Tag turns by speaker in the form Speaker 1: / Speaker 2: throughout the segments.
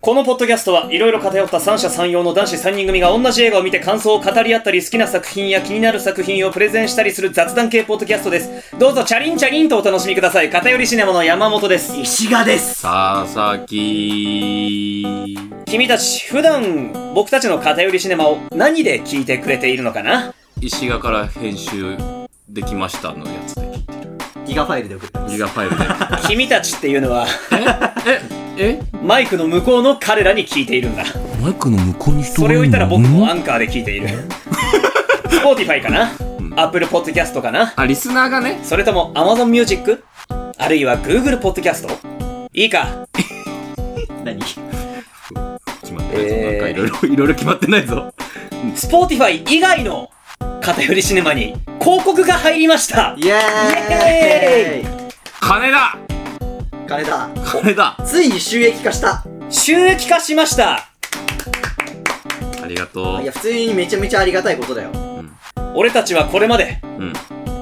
Speaker 1: このポッドキャストはいろいろ偏った三者三様の男子三人組が同じ映画を見て感想を語り合ったり好きな作品や気になる作品をプレゼンしたりする雑談系ポッドキャストですどうぞチャリンチャリンとお楽しみください偏りシネマの山本です
Speaker 2: 石賀です。
Speaker 3: 佐々木
Speaker 1: 君たち普段僕たちの偏りシネマを何で聞いてくれているのかな
Speaker 3: 石賀から編集できましたのやつで聞いてる
Speaker 2: ギガファイルで送ってます。
Speaker 3: ギガファイルで
Speaker 1: 君たちっていうのは
Speaker 3: ええ
Speaker 1: マイクの向こうの彼らに聞いているんだ
Speaker 3: マイクの向こうに人
Speaker 1: それを言ったら僕もアンカーで聞いている Spotify かな、Apple Podcast かな
Speaker 3: あリスナーがね
Speaker 1: それとも Amazon Music あるいは Google Podcast いいか
Speaker 2: 何
Speaker 3: 決まってないぞ、
Speaker 1: えー
Speaker 3: なんかいろい ろいろいろ決まってないぞ
Speaker 1: Spotify 以外の偏りシネマに広告が入りました
Speaker 2: イエーイ
Speaker 3: 金だ
Speaker 2: 金だ。
Speaker 3: 金だ
Speaker 2: ついに収益化した。
Speaker 1: 収益化しました
Speaker 3: ありがとう
Speaker 2: いや、普通にめちゃめちゃありがたいことだよ。
Speaker 3: うん
Speaker 1: 俺たちはこれまで
Speaker 3: うん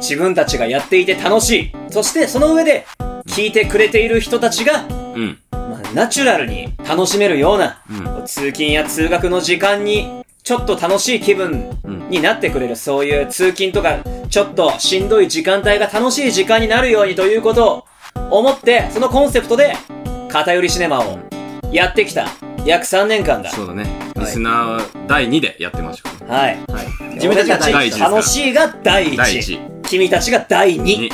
Speaker 1: 自分たちがやっていて楽しいそしてその上で聞いてくれている人たちが、
Speaker 3: うん
Speaker 1: まあ、ナチュラルに楽しめるような
Speaker 3: うん
Speaker 1: 通勤や通学の時間にちょっと楽しい気分
Speaker 3: うん
Speaker 1: になってくれるそういう通勤とかちょっとしんどい時間帯が楽しい時間になるようにということを思ってそのコンセプトで偏りシネマをやってきた約3年間だ
Speaker 3: そうだね、リスナー第2でやってましょう
Speaker 1: はい
Speaker 2: はい。
Speaker 1: 自分たちが
Speaker 3: 第一ですから
Speaker 1: 楽しいが第一
Speaker 3: 第一
Speaker 1: 君たちが第二
Speaker 3: に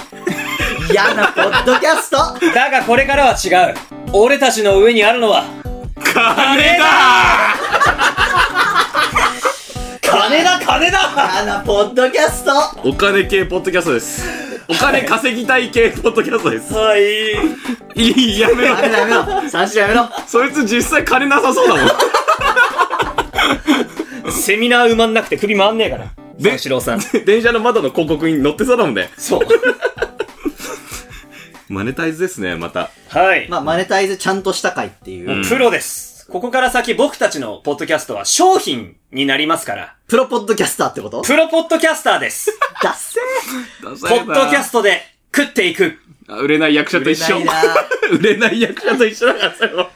Speaker 2: 嫌なポッドキャスト
Speaker 1: だがこれからは違う俺たちの上にあるのは
Speaker 3: 金だ
Speaker 1: 金だ金だ
Speaker 2: 嫌なポッドキャスト
Speaker 3: お金系ポッドキャストですお金稼ぎたい系ポッドキャストです
Speaker 1: はい
Speaker 3: いいやめろ
Speaker 2: ダメだやめろ三種やめろ
Speaker 3: そいつ実際金なさそうだもん
Speaker 1: セミナー埋まんなくて首回んねえから
Speaker 3: で
Speaker 1: 三四郎さん
Speaker 3: 電車の窓の広告に載ってそうだもんね。
Speaker 1: そう
Speaker 3: マネタイズですね、また。
Speaker 1: はい、
Speaker 2: まあ、マネタイズちゃんとしたかいっていう。
Speaker 3: ん
Speaker 1: プロですここから先僕たちのポッドキャストは商品になりますから
Speaker 2: プロポッドキャスターってこと
Speaker 1: プロポッドキャスターです
Speaker 2: ダッセ
Speaker 3: ポ
Speaker 1: ポッドキャストで食っていく
Speaker 3: ト売れない役者と一緒
Speaker 2: 売れないな。
Speaker 3: 売れない役者と一緒だから、それは。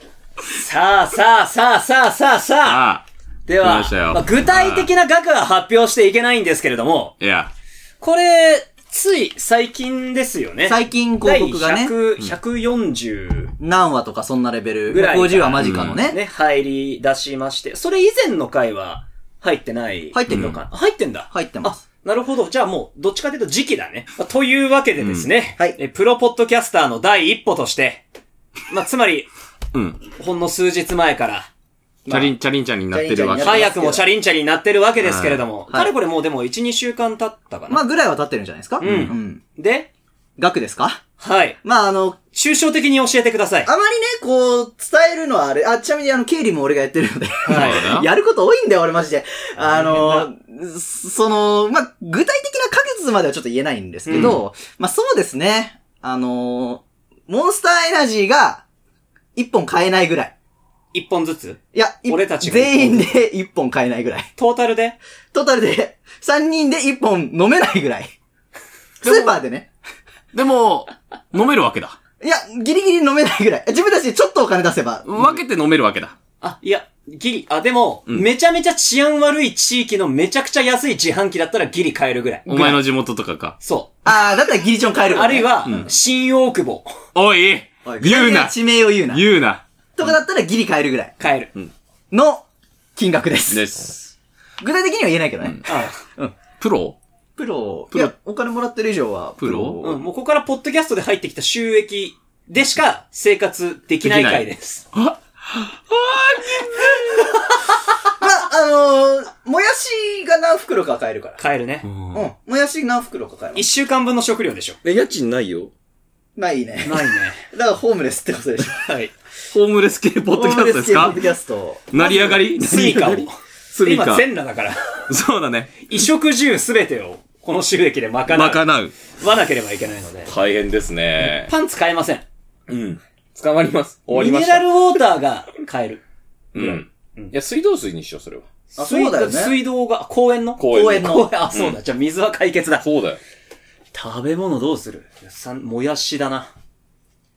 Speaker 1: さあさあさあさあさあさあ
Speaker 3: あ
Speaker 1: で
Speaker 3: 来
Speaker 1: は
Speaker 3: ましたよ
Speaker 1: まあ具体的な額は発表していけないんですけれども
Speaker 3: あ。いや。
Speaker 1: これつい最近ですよね
Speaker 2: 最近広告が
Speaker 1: 第、
Speaker 2: ね
Speaker 1: 100 140
Speaker 2: 何話とかそんなレベル、
Speaker 1: ぐらいから
Speaker 2: 50話間近のね。
Speaker 1: ね、入り出しまして、それ以前の回は入ってない
Speaker 2: 入ってる
Speaker 1: のか、入ってんだ。
Speaker 2: 入ってます。
Speaker 1: あ、なるほど。じゃあもう、どっちかというと時期だね。まあというわけでですね、
Speaker 2: うんはい
Speaker 1: えプロポッドキャスターの第一歩として、まあ、つまり、
Speaker 3: うん。
Speaker 1: ほんの数日前から、
Speaker 3: チャリン、チャリンチャリンになってるわけ
Speaker 2: チャリンチャリン。
Speaker 1: 早くもチャリンチャリンになってるわけですけれども、
Speaker 2: はい
Speaker 1: かれこれもうでも1、2週間経ったかな。
Speaker 2: まあ、ぐらいは経ってるんじゃないですかうんうん。
Speaker 1: で、
Speaker 2: 額ですか
Speaker 1: はい。
Speaker 2: まあ、あの、
Speaker 1: 抽象的に教えてください。
Speaker 2: あまりね、こう、伝えるのはあれ、あ、ちなみにあの、経理も俺がやってるので。
Speaker 1: はい。
Speaker 3: な
Speaker 2: やること多いんだよ、俺マジで。あの、その、まあ、具体的な確実まではちょっと言えないんですけど、まあ、そうですね。あの、モンスターエナジーが、一本買えないぐらい。
Speaker 1: 一本ずつ
Speaker 2: いや、い
Speaker 1: 俺たちが一本
Speaker 2: 全員で一本買えないぐらい。
Speaker 1: トータルで
Speaker 2: トータルで、三人で一本飲めないぐらい。スーパーでね。
Speaker 3: でも、飲めるわけだ。
Speaker 2: いや、ギリギリ飲めないぐらい。自分たちでちょっとお金出せば。
Speaker 3: 分けて飲めるわけだ。
Speaker 1: あ、いや、ギリ、あ、でも、
Speaker 3: うん
Speaker 1: めちゃめちゃ治安悪い地域のめちゃくちゃ安い自販機だったらギリ買えるぐらい。
Speaker 3: お前の地元とかか。
Speaker 1: そ
Speaker 2: ああ、だったらギリチョン買え
Speaker 1: う。
Speaker 2: る、
Speaker 1: あるい、は、
Speaker 3: うん
Speaker 1: 新大久保、
Speaker 3: おい
Speaker 2: おい
Speaker 3: 言うな
Speaker 2: 地名を言うな。
Speaker 3: 言うな
Speaker 2: とかだったらギリ買えるぐらい
Speaker 1: 買える。
Speaker 2: の金額です。
Speaker 3: です。
Speaker 2: 具体的には言えないけどね。
Speaker 1: あ
Speaker 3: プロ
Speaker 2: プロ、
Speaker 3: プロ
Speaker 2: いや、お金もらってる以上は、
Speaker 3: プロ
Speaker 1: うん、もうここからポッドキャストで入ってきた収益でしか生活できない
Speaker 3: できない
Speaker 1: 回 です。
Speaker 2: まあ、あのー、もやしが何袋か買えるから。
Speaker 1: 買えるね。
Speaker 2: うん。もやし何袋か買えま
Speaker 1: 一
Speaker 2: す。
Speaker 1: 週間分の食料でしょ。
Speaker 3: え、家賃ないよ。
Speaker 2: ないね。
Speaker 1: ないね。
Speaker 2: だからホームレスってことでしょ。
Speaker 1: はい。
Speaker 3: ホームレス系ポッドキャストですか
Speaker 2: ホームレス系ポッドキャスト。
Speaker 3: 成り上が り
Speaker 1: スイカを。
Speaker 3: スイ
Speaker 1: 今
Speaker 3: カ。
Speaker 1: 全裸だから、
Speaker 3: そうだね。
Speaker 1: 衣食住すべてをこの収益で賄う。
Speaker 3: 賄う。
Speaker 1: わなければいけないので。
Speaker 3: 大変ですね。
Speaker 1: パンツ買えません。
Speaker 3: うん。捕まります。終
Speaker 1: ミネラルウォーターが買える。
Speaker 3: うん。いや、水道水にしよう、それは。
Speaker 2: あそうだよね
Speaker 1: 水水道が、公園の
Speaker 3: 公園の
Speaker 1: 公園あ、そうだ。じゃあ水は解決だ。
Speaker 3: そうだよ。
Speaker 1: 食べ物どうするさんもやしだな。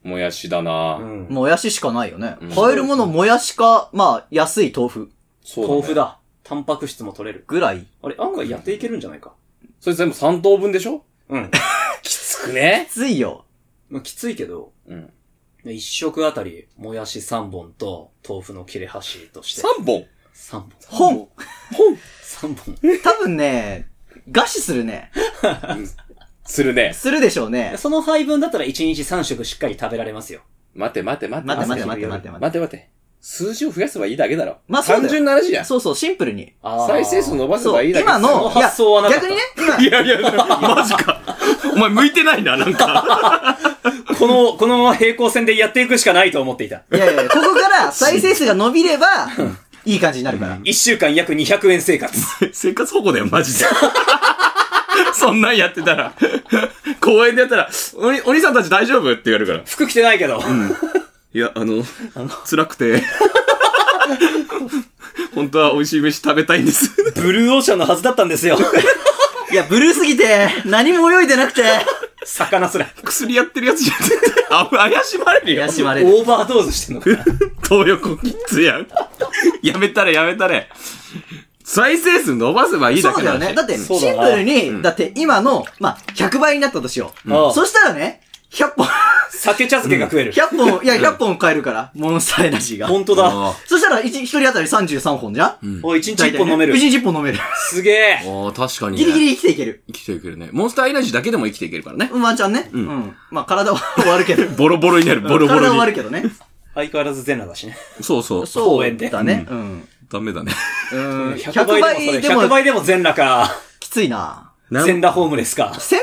Speaker 3: もやしだな、
Speaker 1: うん。
Speaker 2: もやししかないよね
Speaker 3: うん。
Speaker 2: 買えるものもやしか、まあ、安い豆腐
Speaker 3: そうだ、ね。
Speaker 1: 豆腐。だ。タンパク質も取れる。
Speaker 2: ぐらい。
Speaker 1: あれ、案外やっていけるんじゃないか。
Speaker 3: それ全部3等分でしょ
Speaker 1: うん。
Speaker 3: きつくね
Speaker 2: ついよ。
Speaker 1: まあ、きついけど、
Speaker 3: うん。
Speaker 1: 一食あたり、もやし3本と、豆腐の切れ端として。
Speaker 3: 3本
Speaker 1: 3本。
Speaker 2: 本
Speaker 3: 本
Speaker 1: !3 本。
Speaker 2: 多分ね、餓死するね。
Speaker 3: するね。
Speaker 2: するでしょうね。
Speaker 1: その配分だったら1日3食しっかり食べられますよ。
Speaker 3: 待て待て待て
Speaker 2: 待って待って待って待って待っ
Speaker 3: 待て待て。数字を増やせばいいだけだろ。
Speaker 2: まあそうだよ
Speaker 3: 単純な話じゃ
Speaker 2: て。
Speaker 3: ん。
Speaker 2: そうそう、シンプルに。
Speaker 3: 再生数伸ばせ
Speaker 2: そ
Speaker 3: ば
Speaker 2: う、
Speaker 3: いいだけ。
Speaker 2: 今
Speaker 1: その
Speaker 2: の、いや
Speaker 1: 発想はなかった
Speaker 2: 逆にね、
Speaker 3: いやいや、マジか。お前向いてないな、なんか。
Speaker 1: この、このまま平行線でやっていくしかないと思っていた。
Speaker 2: 今、いやいやいやここから再生数が伸びれば、いい感じになるから。
Speaker 1: 1週間約200円生活。
Speaker 3: 生活保護だよ、マジで。 そんなんやってたら。公園でやったら、おにお兄さんたち大丈夫って言われるから。
Speaker 1: 服着てないけど。
Speaker 3: いや、あの、辛くて。 本当は美味しい飯食べたいんです。
Speaker 1: ブルーオーシャンのはずだったんですよ。
Speaker 2: いや、ブルーすぎて、何も泳いでなくて、
Speaker 1: 魚すら。
Speaker 3: 薬やってるやつじゃん。あ、怪しまれるよ。
Speaker 2: 怪しま
Speaker 1: オ
Speaker 2: れる。
Speaker 1: ーバードーズしてんのかな。
Speaker 3: 東横キッズやん。やめたれやめたれ。再生数伸ばせばいいだ
Speaker 2: そ
Speaker 3: け
Speaker 2: うだよ
Speaker 3: の話
Speaker 2: ね。だって、
Speaker 1: そう
Speaker 2: シ
Speaker 1: だ
Speaker 2: ン
Speaker 1: な
Speaker 2: プルに、だって今の、まあ、100倍になったとしよう。
Speaker 1: うん
Speaker 2: そしたらね、100本、
Speaker 1: 酒茶漬けが食える。
Speaker 2: 100本、いや、100本買えるから、モンスターエナジーが。
Speaker 1: ほんとだ。
Speaker 3: あ
Speaker 2: そしたら、1、一人当たり33本じゃん
Speaker 1: おい、1日
Speaker 2: 大体
Speaker 1: 1本飲める
Speaker 2: ね。一日1本飲める。
Speaker 1: すげえ。
Speaker 3: ーあー、確かに、ね。
Speaker 2: ギリギリ生きていける。
Speaker 3: 生きていけるね。モンスターエナジーだけでも生きていけるからね。
Speaker 2: ワンちゃんね。うん。まあ、体は終わるけど。
Speaker 3: ボロボロになる、ボロボ
Speaker 2: 体は終わ
Speaker 3: ロ
Speaker 2: る
Speaker 3: に。
Speaker 2: けどね。
Speaker 1: 相変わらずゼナだしね。
Speaker 3: そうそう。
Speaker 1: 公園で
Speaker 2: だね。うん。
Speaker 3: ダメだね。
Speaker 2: うん。
Speaker 1: 100
Speaker 2: 100
Speaker 1: 倍で
Speaker 2: 倍
Speaker 1: も
Speaker 2: で
Speaker 1: それ、100
Speaker 2: も、
Speaker 1: 倍でも全裸か。
Speaker 2: きついな。
Speaker 1: 全裸ホームレスか。
Speaker 2: 1000倍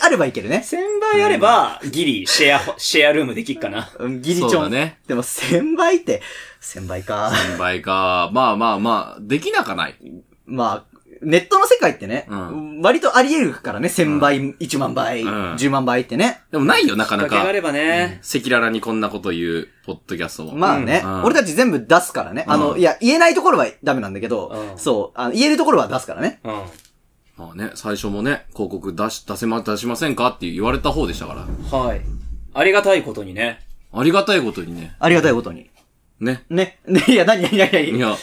Speaker 2: あればいけるね。
Speaker 1: 1000倍あれば、ギリ、シェア、シェアルームできっかな。
Speaker 2: うん、ギリチ
Speaker 3: そう
Speaker 2: ョ
Speaker 3: だ
Speaker 2: ン。
Speaker 3: ね
Speaker 2: でも、1000倍って、1000倍か。
Speaker 3: 倍か。まあまあまあ、できなかない。
Speaker 2: まあ、ネットの世界ってね、
Speaker 3: う
Speaker 2: 割とあり得るからね、1000倍、1万倍、
Speaker 3: ん
Speaker 2: 10万倍ってね。
Speaker 3: でもないよ、なか
Speaker 1: きっ
Speaker 3: な
Speaker 1: かけがあ
Speaker 3: か。
Speaker 1: ればね。
Speaker 3: 赤裸々にこんなこと言う、ポッドキャストも。
Speaker 2: まあね、
Speaker 3: うん
Speaker 2: 俺たち全部出すからね。あの、
Speaker 3: うん
Speaker 2: いや、言えないところはダメなんだけど、
Speaker 1: うん
Speaker 2: そうあの、言えるところは出すからね。
Speaker 1: うん。
Speaker 3: まあね、最初もね、広告出し、出せま、出しませんかって言われた方でしたから。
Speaker 1: はい。ありがたいことにね。
Speaker 3: ありがたいことにね。
Speaker 2: ありがたいことに。
Speaker 3: ね。
Speaker 2: ね。ねいや、何何何何
Speaker 3: いや、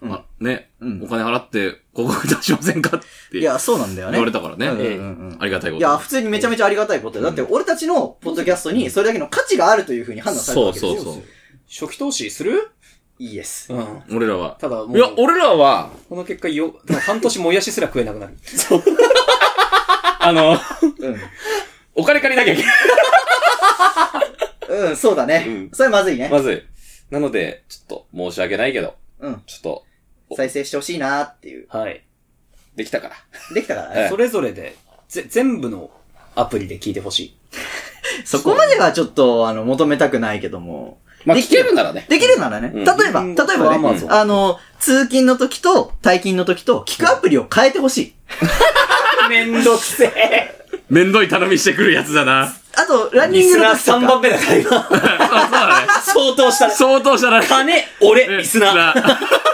Speaker 3: まあね、お金払って広告出しませんかって。
Speaker 2: いや、そうなんだよね。
Speaker 3: 言われたからね。
Speaker 2: うんうんうん
Speaker 3: ありがたいことに。
Speaker 2: いや、普通にめちゃめちゃありがたいことよ。だって、俺たちのポッドキャストにそれだけの価値があるというふうに判断される
Speaker 3: そ
Speaker 2: わ
Speaker 3: う
Speaker 2: けです
Speaker 3: そ
Speaker 2: よ。
Speaker 3: うそう。
Speaker 1: 初期投資する
Speaker 2: いいです。
Speaker 1: うん。
Speaker 3: 俺らは。
Speaker 1: ただもう
Speaker 3: いや、俺ら は、
Speaker 1: この結果よ、でも半年もやしすら食えなくなる。そう。あの、
Speaker 2: う
Speaker 3: お金借りなきゃいけない。
Speaker 2: ん。うん、そうだね。
Speaker 3: うん
Speaker 2: それまずいね。
Speaker 3: まずい。なので、ちょっと、申し訳ないけど、
Speaker 2: うん。
Speaker 3: ちょっと、
Speaker 2: 再生してほしいなーっていう。
Speaker 1: はい。
Speaker 3: できたから。
Speaker 2: できたから
Speaker 3: ええ
Speaker 2: ね。
Speaker 1: それぞれで、ぜ、全部のアプリで聞いてほしい。
Speaker 2: そこまではちょっと、あの、求めたくないけども。
Speaker 3: まあ、
Speaker 2: でき
Speaker 3: 聞けるならね。
Speaker 2: できるならね。
Speaker 3: うん
Speaker 2: 例えば、
Speaker 1: うん
Speaker 2: 例えばね、
Speaker 1: Amazon
Speaker 2: あの、通勤の時と、退勤の時と、聞くアプリを変えてほしい。
Speaker 1: めんどくせえ。
Speaker 3: めんどい頼みしてくるやつだな。
Speaker 2: あと、ランニ
Speaker 1: リ
Speaker 2: ン
Speaker 1: ス
Speaker 2: グ
Speaker 1: ナ
Speaker 2: の
Speaker 1: ー
Speaker 2: 時と
Speaker 1: 3
Speaker 2: か
Speaker 1: 番。目だから今。
Speaker 3: あそう だね。
Speaker 1: 相当したね。
Speaker 3: 相当したな。
Speaker 1: 金、俺、リスナー。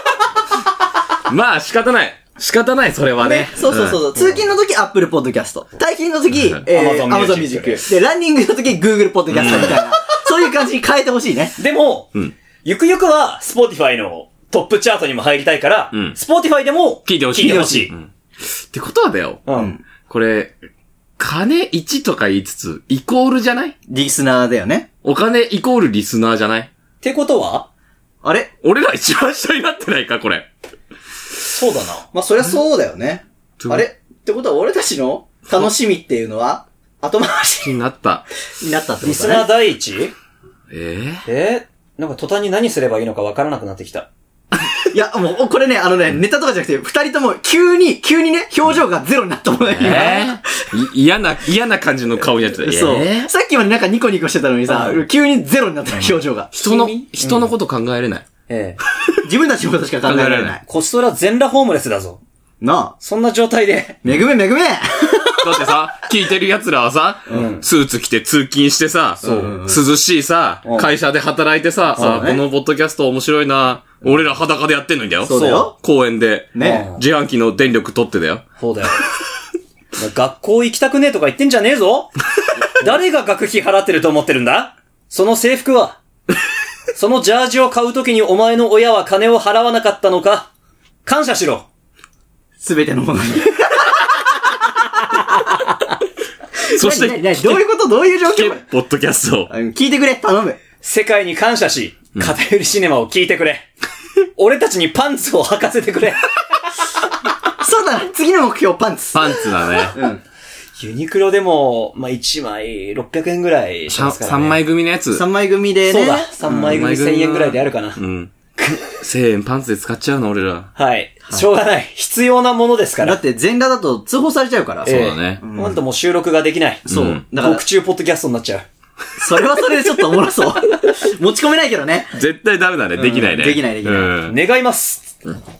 Speaker 3: ー。まあ、仕方ない。仕方ない、それはね
Speaker 2: ね。、そうそうそうそう、通勤の時、アップルポッドキャスト。退勤の時、え
Speaker 1: Amazon
Speaker 2: ー、Amazon
Speaker 1: Music
Speaker 2: Music。で、ランニングの時、Google ポッドキャストみたいな。そういう感じに変えてほしいね。
Speaker 1: でも、
Speaker 3: うん
Speaker 1: ゆくゆくは、スポーティファイのトップチャートにも入りたいから、
Speaker 3: うん
Speaker 1: スポーティファイでも
Speaker 3: 聞いてほしい。
Speaker 1: 聞いてほしい。
Speaker 3: うんってことはだよ。
Speaker 1: うん。
Speaker 3: これ、金1とか言いつつ、イコールじゃない
Speaker 2: リスナーだよね。
Speaker 3: お金イコールリスナーじゃない
Speaker 1: ってことは
Speaker 2: あれ
Speaker 3: 俺ら一番下になってないか、これ。
Speaker 1: そうだな。
Speaker 2: まあ、そりゃそうだよね。
Speaker 3: うん
Speaker 2: あれってことは、俺たちの楽しみっていうの は、後回し
Speaker 3: 気になった。
Speaker 2: になったってこ
Speaker 1: リ
Speaker 2: と
Speaker 1: スナ
Speaker 2: だ
Speaker 1: ー
Speaker 2: ね。
Speaker 1: 第一
Speaker 3: え
Speaker 1: えー、なんか途端に何すればいいのかわからなくなってきた。
Speaker 2: いや、もう、これね、あのね、ネタとかじゃなくて、二人とも、急に、急にね、表情がゼロになったもんね
Speaker 3: え。ーい嫌な、嫌な感じの顔になってた。
Speaker 2: そう
Speaker 3: えー。
Speaker 2: さっきまでなんかニコニコしてたのにさ
Speaker 1: う、
Speaker 2: 急にゼロになった表情が。
Speaker 3: 人の
Speaker 1: 君、
Speaker 3: 人のこと考えれない。
Speaker 1: ええ
Speaker 2: 自分たちのことしか考えられない。
Speaker 1: こっそら全裸ホームレスだぞ。
Speaker 2: なあ。
Speaker 1: そんな状態で。
Speaker 2: めぐめめぐめ
Speaker 3: だってさ、聞いてる奴らはさ、スーツ着て通勤してさ、涼しいさ、会社で働いてさ、あこのポッドキャスト面白いな、俺ら裸でやってんのにだよ。
Speaker 2: そうだよ
Speaker 3: 公園で。
Speaker 2: ね
Speaker 3: 自販機の電力取ってだよ。
Speaker 1: そうだよ。 学校行きたくねえとか言ってんじゃねえぞ。誰が学費払ってると思ってるんだその制服 は、そのジャージを買うときにお前の親は金を払わなかったのか、感謝しろ。
Speaker 2: すべてのものに。
Speaker 4: そし
Speaker 2: 何
Speaker 4: て、
Speaker 2: 何何どういうことどういう状
Speaker 4: 聞け、
Speaker 2: 況
Speaker 4: ポッドキャストを。
Speaker 2: うん聞いてくれ頼む。
Speaker 1: 世界に感謝し、偏りシネマを聞いてくれ。俺たちにパンツを履かせてくれ。
Speaker 2: そうだな次の目標、パンツ。
Speaker 4: パンツだ ね。
Speaker 2: うん。
Speaker 1: ユニクロでも、まあ、1枚600円ぐらいしますから、ね。
Speaker 4: 3。枚組のやつ。
Speaker 2: 3枚組でね。
Speaker 1: そうだ。3枚組1000円ぐらいであるかな。
Speaker 4: うん。1000円パンツで使っちゃうの、俺ら。
Speaker 1: はい。しょうがない。必要なものですか
Speaker 2: だ
Speaker 1: ら。
Speaker 2: って全裸だと通報されちゃうから。
Speaker 1: ええ
Speaker 4: そうだね。
Speaker 1: うんほんともう収録ができない。
Speaker 2: そううんだから
Speaker 1: 特、注ポッドキャストになっちゃう。
Speaker 2: それはそれでちょっとおもろそう。持ち込めないけどね。
Speaker 4: 絶対ダメだね。できないね。
Speaker 2: できないできない
Speaker 4: うん
Speaker 1: 願います。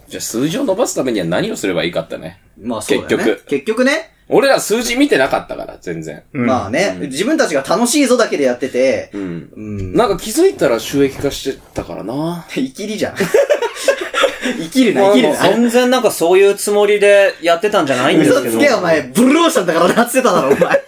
Speaker 3: じゃあ数字を伸ばすためには何をすればいいかってね。
Speaker 2: まあそうだよね。
Speaker 3: 結局
Speaker 2: 結局ね。
Speaker 3: 俺ら数字見てなかったから、全然。
Speaker 2: まあね、自分たちが楽しいぞだけでやってて、 う。
Speaker 3: うんん。なんか気づいたら収益化してたからな。
Speaker 2: 生きりじゃん。生きるな、生きるな。
Speaker 1: 全然なんかそういうつもりでやってたんじゃないんです
Speaker 2: 嘘
Speaker 1: け
Speaker 2: つ
Speaker 1: ど。
Speaker 2: けよ、お前。ブルーオーシャンだからなっつってただろ、お前。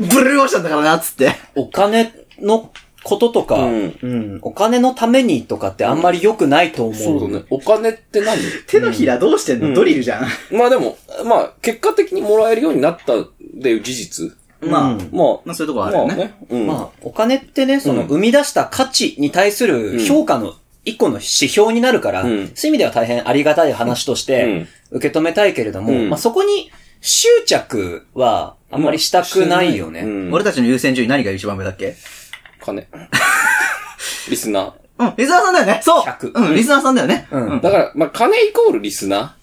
Speaker 2: ブルーオーシャンだからなっつって。
Speaker 1: お金のこととか、
Speaker 3: うん
Speaker 1: うんお金のためにとかってあんまり良くないと思う。
Speaker 3: そうだね。お金って何
Speaker 2: 手のひらどうしてんの、ドリルじゃん。
Speaker 3: まあでも、まあ、結果的にもらえるようになったっていう事実。
Speaker 2: まあ、
Speaker 3: まあ、
Speaker 2: まあそういうと
Speaker 3: ま
Speaker 2: こあ
Speaker 3: あ
Speaker 2: るよね。
Speaker 3: ね。うん。
Speaker 1: まあ、お金ってね、その
Speaker 3: うん
Speaker 1: 生み出した価値に対する評価の一個の指標になるから、
Speaker 3: うん
Speaker 1: そういう意味では大変ありがたい話として受け止めたいけれども、
Speaker 3: うん
Speaker 1: まあそこに執着はあんまりしたくないよね。
Speaker 3: うん
Speaker 2: 俺たちの優先順位何が一番上だっけ
Speaker 3: 金。リスナ
Speaker 2: うん、リスナーさんだよね。そう
Speaker 1: 100
Speaker 2: うん、リスナーさんだよね。
Speaker 1: うん
Speaker 3: ー。だから、まあ、金イコールリスナ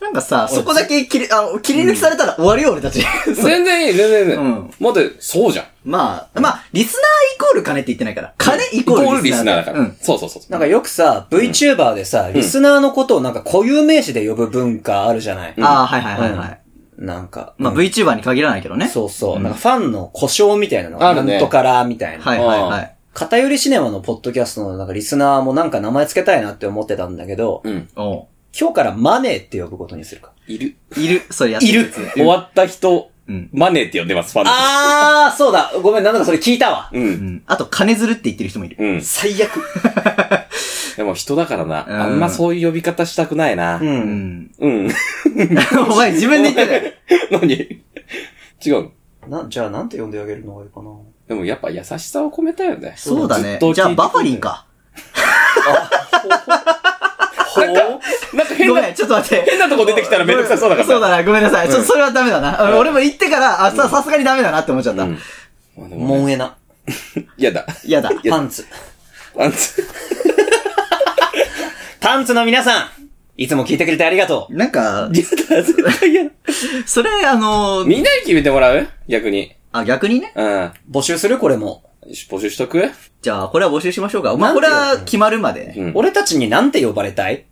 Speaker 2: なんかさ、そこだけ切り、あの、切り抜きされたら終わるよ、俺 たち。
Speaker 3: ー。全然いい、全然いい。
Speaker 2: うん
Speaker 3: まだ、そうじゃん。
Speaker 2: まあ、まあ、リスナーイコール金って言ってないから。金イ
Speaker 3: イ
Speaker 2: コ
Speaker 3: コ
Speaker 2: ー
Speaker 3: ー
Speaker 2: ル
Speaker 3: ル
Speaker 2: リ
Speaker 3: リ
Speaker 2: ス
Speaker 3: ス
Speaker 2: ナ
Speaker 3: ナ
Speaker 2: ー
Speaker 3: ーだから。
Speaker 2: うん。
Speaker 3: そうそうそうそう。
Speaker 1: なんかよくさ、VTuber でさ、リスナーのことをなんか固有名詞で呼ぶ文化あるじゃない、
Speaker 2: ああ、はいはいはいはい。
Speaker 1: なんか。
Speaker 2: まあ、
Speaker 1: うん
Speaker 2: VTuber に限らないけどね。
Speaker 1: そうそう。なんかファンの故障みたいなのが、
Speaker 3: あ
Speaker 1: な
Speaker 3: るね
Speaker 1: んとから、みたいな。
Speaker 2: はいはいはい。
Speaker 1: 偏りシネマのポッドキャストのなんかリスナーもなんか名前つけたいなって思ってたんだけど、
Speaker 3: うん。
Speaker 2: おう
Speaker 1: 今日からマネーって呼ぶことにするか。
Speaker 3: いる。
Speaker 2: いる、それやって
Speaker 1: いる
Speaker 3: 終わった人、
Speaker 2: うん
Speaker 3: マネーって呼んでます、ファンの人
Speaker 1: あー、そうだ。ごめん、なんだかそれ聞いたわ。
Speaker 3: う。
Speaker 2: うんん。あと、金ずるって言ってる人もいる。
Speaker 3: うん。
Speaker 1: 最悪。
Speaker 3: でも人だから
Speaker 2: ん
Speaker 3: な。あんまそういう呼び方したくないな。
Speaker 1: う。
Speaker 2: うんん。
Speaker 3: うん。
Speaker 2: お前自分で言ってたよ。
Speaker 3: 何違うの
Speaker 1: な、じゃあなんて呼んであげるのがいいかな。
Speaker 3: でもやっぱ優しさを込めたよね。
Speaker 2: そうだね
Speaker 3: ずっと聞。いて
Speaker 2: じゃあ、バファリンか。
Speaker 3: ほうなんか変
Speaker 2: ご
Speaker 3: な、
Speaker 2: めん、ちょっと待って。
Speaker 3: 変なとこ出てきたらめんどくさそうだから。
Speaker 2: そうだな、ごめんなさい。ちょっとそれはダメだな。うん俺も言ってから、あ、ささすがにダメだなって思っちゃった
Speaker 3: うん。まあでもね
Speaker 1: モンエナ。
Speaker 3: やだ。
Speaker 2: 嫌だ。
Speaker 1: パンツ。
Speaker 3: あんつ
Speaker 1: パンツの皆さんいつも聞いてくれてありがとう。
Speaker 2: なんか、
Speaker 3: やだ、絶対やだ。
Speaker 2: それ、あのー、
Speaker 3: みんなに決めてもらう逆に。
Speaker 2: あ、逆にね。
Speaker 3: うん。
Speaker 1: 募集するこれも。
Speaker 3: 募集しとく
Speaker 2: じゃあ、これは募集しましょうか。まあ、これは決まるまでね。
Speaker 3: うん
Speaker 1: 俺たちになんて呼ばれたい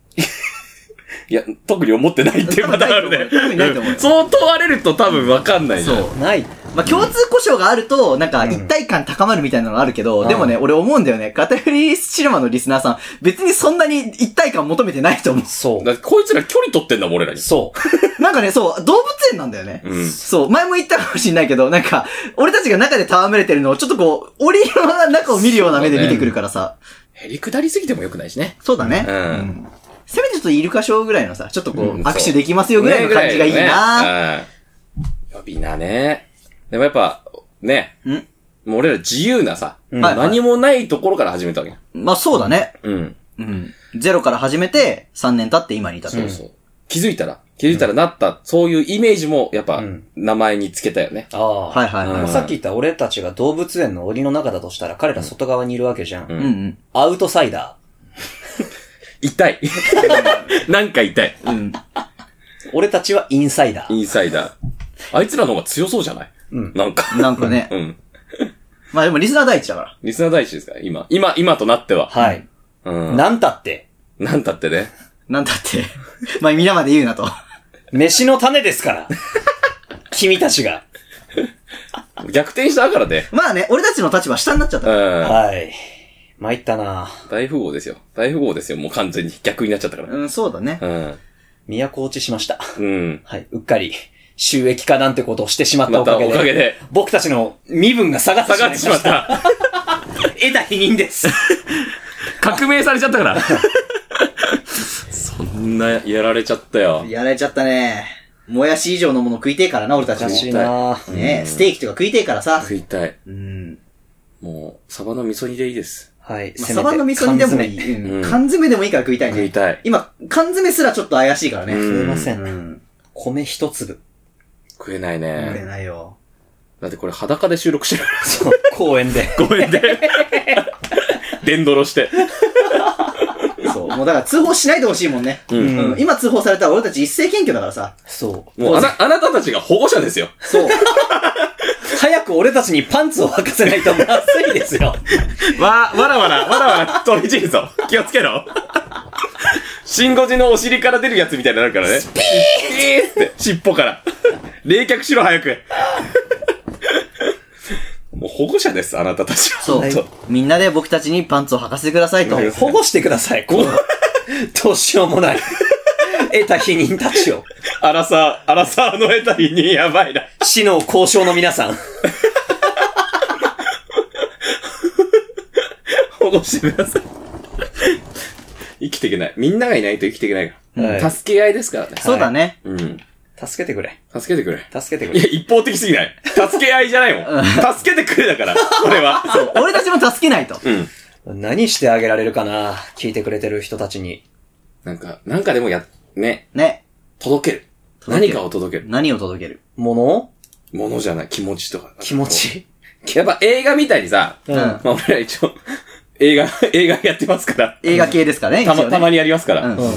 Speaker 3: いや、特に思ってないっていうパターンある ね。
Speaker 2: 多分ないと思う
Speaker 3: うんそう問われると多分わかんないね
Speaker 2: そう。
Speaker 1: ない。
Speaker 2: まあ、共通故障があると、なんか、一体感高まるみたいなのがあるけど、でもね、俺思うんだよね。片寄りシネマのリスナーさん、別にそんなに一体感求めてないと 思
Speaker 1: そ
Speaker 3: だってこいつら距離取ってんだもん、俺らに
Speaker 1: う。。そう。
Speaker 2: う。なんかね、そう、動物園なんだよね。
Speaker 3: うん。
Speaker 2: そう、前も言ったかもしれないけど、なんか、俺たちが中で戯れてるのを、ちょっとこう、檻の中を見るような目で見てくるからさ。
Speaker 3: へりくだりすぎてもよくないしね。
Speaker 2: そうだね。
Speaker 3: うん
Speaker 2: んせめてちょっとイルカショーぐらいのさ、ちょっとこう、
Speaker 3: うん
Speaker 2: 握手できますよぐらいの感じがいいな、
Speaker 3: ねうん。呼び名ね。でもやっぱ、ね。
Speaker 2: ん
Speaker 3: もう俺ら自由なさ。
Speaker 1: うん
Speaker 2: はいはい
Speaker 3: 何もないところから始めたわけ。
Speaker 2: まあそうだね。
Speaker 3: うん。
Speaker 2: うん。ゼロから始めて、3年経って今に至って
Speaker 3: そ
Speaker 2: る
Speaker 3: う。そう。気づいたら、気づいたらなった、そういうイメージも、やっぱ、名前につけたよね。
Speaker 1: ああ。
Speaker 2: はいはいはい。
Speaker 3: うん
Speaker 1: さっき言った俺たちが動物園の檻の中だとしたら彼ら外側にいるわけじゃん。
Speaker 3: ん
Speaker 2: うんうん。
Speaker 1: アウトサイダ
Speaker 3: 痛い。 なんか痛い。
Speaker 2: うん。
Speaker 1: ー。俺たちはインサイダー。
Speaker 3: インサイダー。あいつらの方が強そうじゃない
Speaker 1: うん
Speaker 3: なんか。
Speaker 2: なんかね。
Speaker 3: うん。
Speaker 2: まあでもリスナー第一だから。
Speaker 3: リスナー第一ですから、今。今、今となっては。
Speaker 1: はい。
Speaker 3: うん。
Speaker 1: なんたって、
Speaker 3: なんだってね。
Speaker 2: なんだって。 まあ皆まで言うなと。
Speaker 1: 飯の種ですから。君たちが。
Speaker 3: 逆転したからね。
Speaker 2: まあね、俺たちの立場下になっちゃった
Speaker 3: う
Speaker 2: から。
Speaker 3: ん。
Speaker 1: はい。参ったな
Speaker 3: 大富豪ですよ。大富豪ですよ。もう完全に逆になっちゃったか
Speaker 2: うん、そうだね。
Speaker 3: ら。
Speaker 1: 都落ちしました。
Speaker 3: うん。うん。
Speaker 1: はい。うっかり、収益化なんてことをしてしまった
Speaker 3: ま
Speaker 1: おか
Speaker 3: た
Speaker 1: げ
Speaker 3: お
Speaker 1: で。
Speaker 3: かげで、
Speaker 1: 僕たちの身分が下がって
Speaker 3: 下
Speaker 1: しまい
Speaker 3: がっ
Speaker 1: ま
Speaker 3: てしま
Speaker 1: し。
Speaker 3: ったた。
Speaker 1: 得た否認です。
Speaker 4: 革命されちゃったから。
Speaker 3: そんな、やられちゃったよ。
Speaker 2: やられちゃったね。もやし以上のもの食いてえからな、俺たちも。
Speaker 1: な
Speaker 2: ねステーキとか食いてえからさ。
Speaker 3: 食いたい。
Speaker 2: うん。
Speaker 3: もう、サバの味噌煮でいいです。
Speaker 1: はい。
Speaker 2: まあ
Speaker 1: せめて
Speaker 2: サバの味噌煮でもい。い。うん
Speaker 3: うん
Speaker 2: 缶詰でもいいから食いたい
Speaker 3: 食い
Speaker 2: ね。
Speaker 3: たい。
Speaker 2: 今、缶詰すらちょっと怪しいから
Speaker 3: う
Speaker 2: ね。
Speaker 1: すいませ。
Speaker 2: うんん。
Speaker 1: 米一粒。
Speaker 3: 食えない
Speaker 2: 食え
Speaker 3: ね。
Speaker 2: ないよ。
Speaker 3: だってこれ裸で収録してる。
Speaker 1: そう、公園で。
Speaker 3: ご めんね。デンドロして。
Speaker 2: そう。もうだから通報しないでほしいもんね。
Speaker 3: う。
Speaker 1: うん
Speaker 2: うん。。今通報されたら俺たち一斉検挙だからさ。
Speaker 1: そ
Speaker 3: もうあな、あなたたちが保護者ですよ。
Speaker 2: そう。
Speaker 1: う。早く俺たちにパンツを履かせないとまずいですよ。
Speaker 3: わ、わらわら、わらわら飛び散るぞ。気をつけろ。シンゴジのお尻から出るやつみたいになるからね。スピーって、尻尾から。冷却しろ、早く。もう保護者です、あなたたちは。
Speaker 2: そう
Speaker 3: 本当。
Speaker 2: みんなで僕たちにパンツを履かせてくださいと。
Speaker 3: はい
Speaker 1: 保護してください、この、どうしようもない。得た否認たちを。
Speaker 3: アラサー、アラサーの得たりにやばいな。
Speaker 1: 死の交渉の皆さん。
Speaker 3: 保護してください。生きていけない。みんながいないと生きていけないか
Speaker 1: はい
Speaker 3: ら。助け合いですからね。
Speaker 2: そうだね。
Speaker 3: うん。
Speaker 1: 助けてくれ。
Speaker 3: 助けてくれ。
Speaker 1: 助けてく
Speaker 3: い
Speaker 1: れ。
Speaker 3: や、一方的すぎない。助け合いじゃないもん。助けてくれだから、これは。そう。
Speaker 2: 俺たちも助けないと。
Speaker 3: うん。
Speaker 1: 何してあげられるかな聞いてくれてる人たちに。
Speaker 3: なんか、なんかでもや、ね、
Speaker 2: ね。
Speaker 3: 届ける。
Speaker 2: 届け
Speaker 3: 何
Speaker 2: る
Speaker 3: かを届ける。
Speaker 2: 何を届ける
Speaker 1: もの
Speaker 3: ものじゃない、気持ちとか。
Speaker 1: 気持。ち。
Speaker 3: やっぱ映画みたいにさ、
Speaker 1: う
Speaker 2: うんん。
Speaker 3: まあ俺ら一応、映画、 映画やってますから。
Speaker 2: 映画系ですかね、
Speaker 3: たま、
Speaker 2: 一応ね
Speaker 3: たまにやりますから。
Speaker 2: うん
Speaker 1: うん。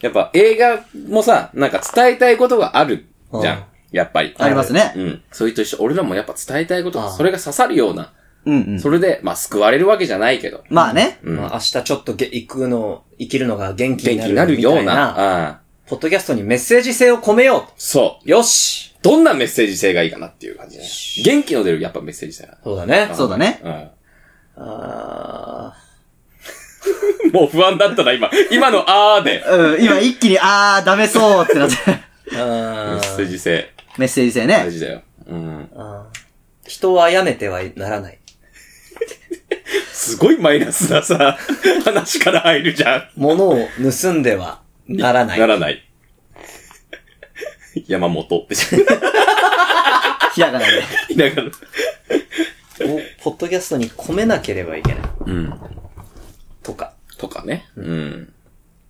Speaker 3: やっぱ映画もさ、なんか伝えたいことがあるじゃ
Speaker 1: うん
Speaker 3: ん。やっぱり。
Speaker 2: あります
Speaker 3: う
Speaker 2: ね。
Speaker 3: ん。それと一緒、俺らもやっぱ伝えたいこと
Speaker 1: ああ
Speaker 3: が、それが刺さるような、
Speaker 2: うんうん。
Speaker 3: それで、まあ救われるわけじゃないけど、
Speaker 2: まあね。
Speaker 3: うん。
Speaker 1: まあ、明日ちょっとげ行くの、生きるのが元気に
Speaker 3: 元気
Speaker 1: な
Speaker 3: にな
Speaker 1: る
Speaker 3: る
Speaker 1: みた
Speaker 3: よう
Speaker 1: いな、
Speaker 3: な、うん。
Speaker 1: ポッドキャストにメッセージ性を込めよ
Speaker 3: そう。
Speaker 1: う。よし
Speaker 3: どんなメッセージ性がいいかなっていう感じだね。元気の出る、やっぱメッセージ性だ
Speaker 1: そうだね。
Speaker 2: そうだね。
Speaker 3: な。
Speaker 1: あ
Speaker 3: うん。 もう不安だったな、今。今のあーで。
Speaker 2: うん、今一気に、あー、ダメそうってな って。
Speaker 1: ー
Speaker 3: メ
Speaker 1: あ
Speaker 3: ッセー
Speaker 1: ー。
Speaker 3: ジ性、
Speaker 2: メッセージ
Speaker 3: 大
Speaker 2: 性ね。
Speaker 3: 事だよ。うん。
Speaker 1: あー人を殺めてはならない。
Speaker 3: すごいマイナスなさ、話から入るじゃん。
Speaker 1: 物を盗んではならない。
Speaker 3: ならない。山本って。
Speaker 2: ひらがなで。
Speaker 3: だから。
Speaker 1: をポッドキャストに込めなければいけない。
Speaker 3: うん。
Speaker 1: とか。
Speaker 3: とかね。うん。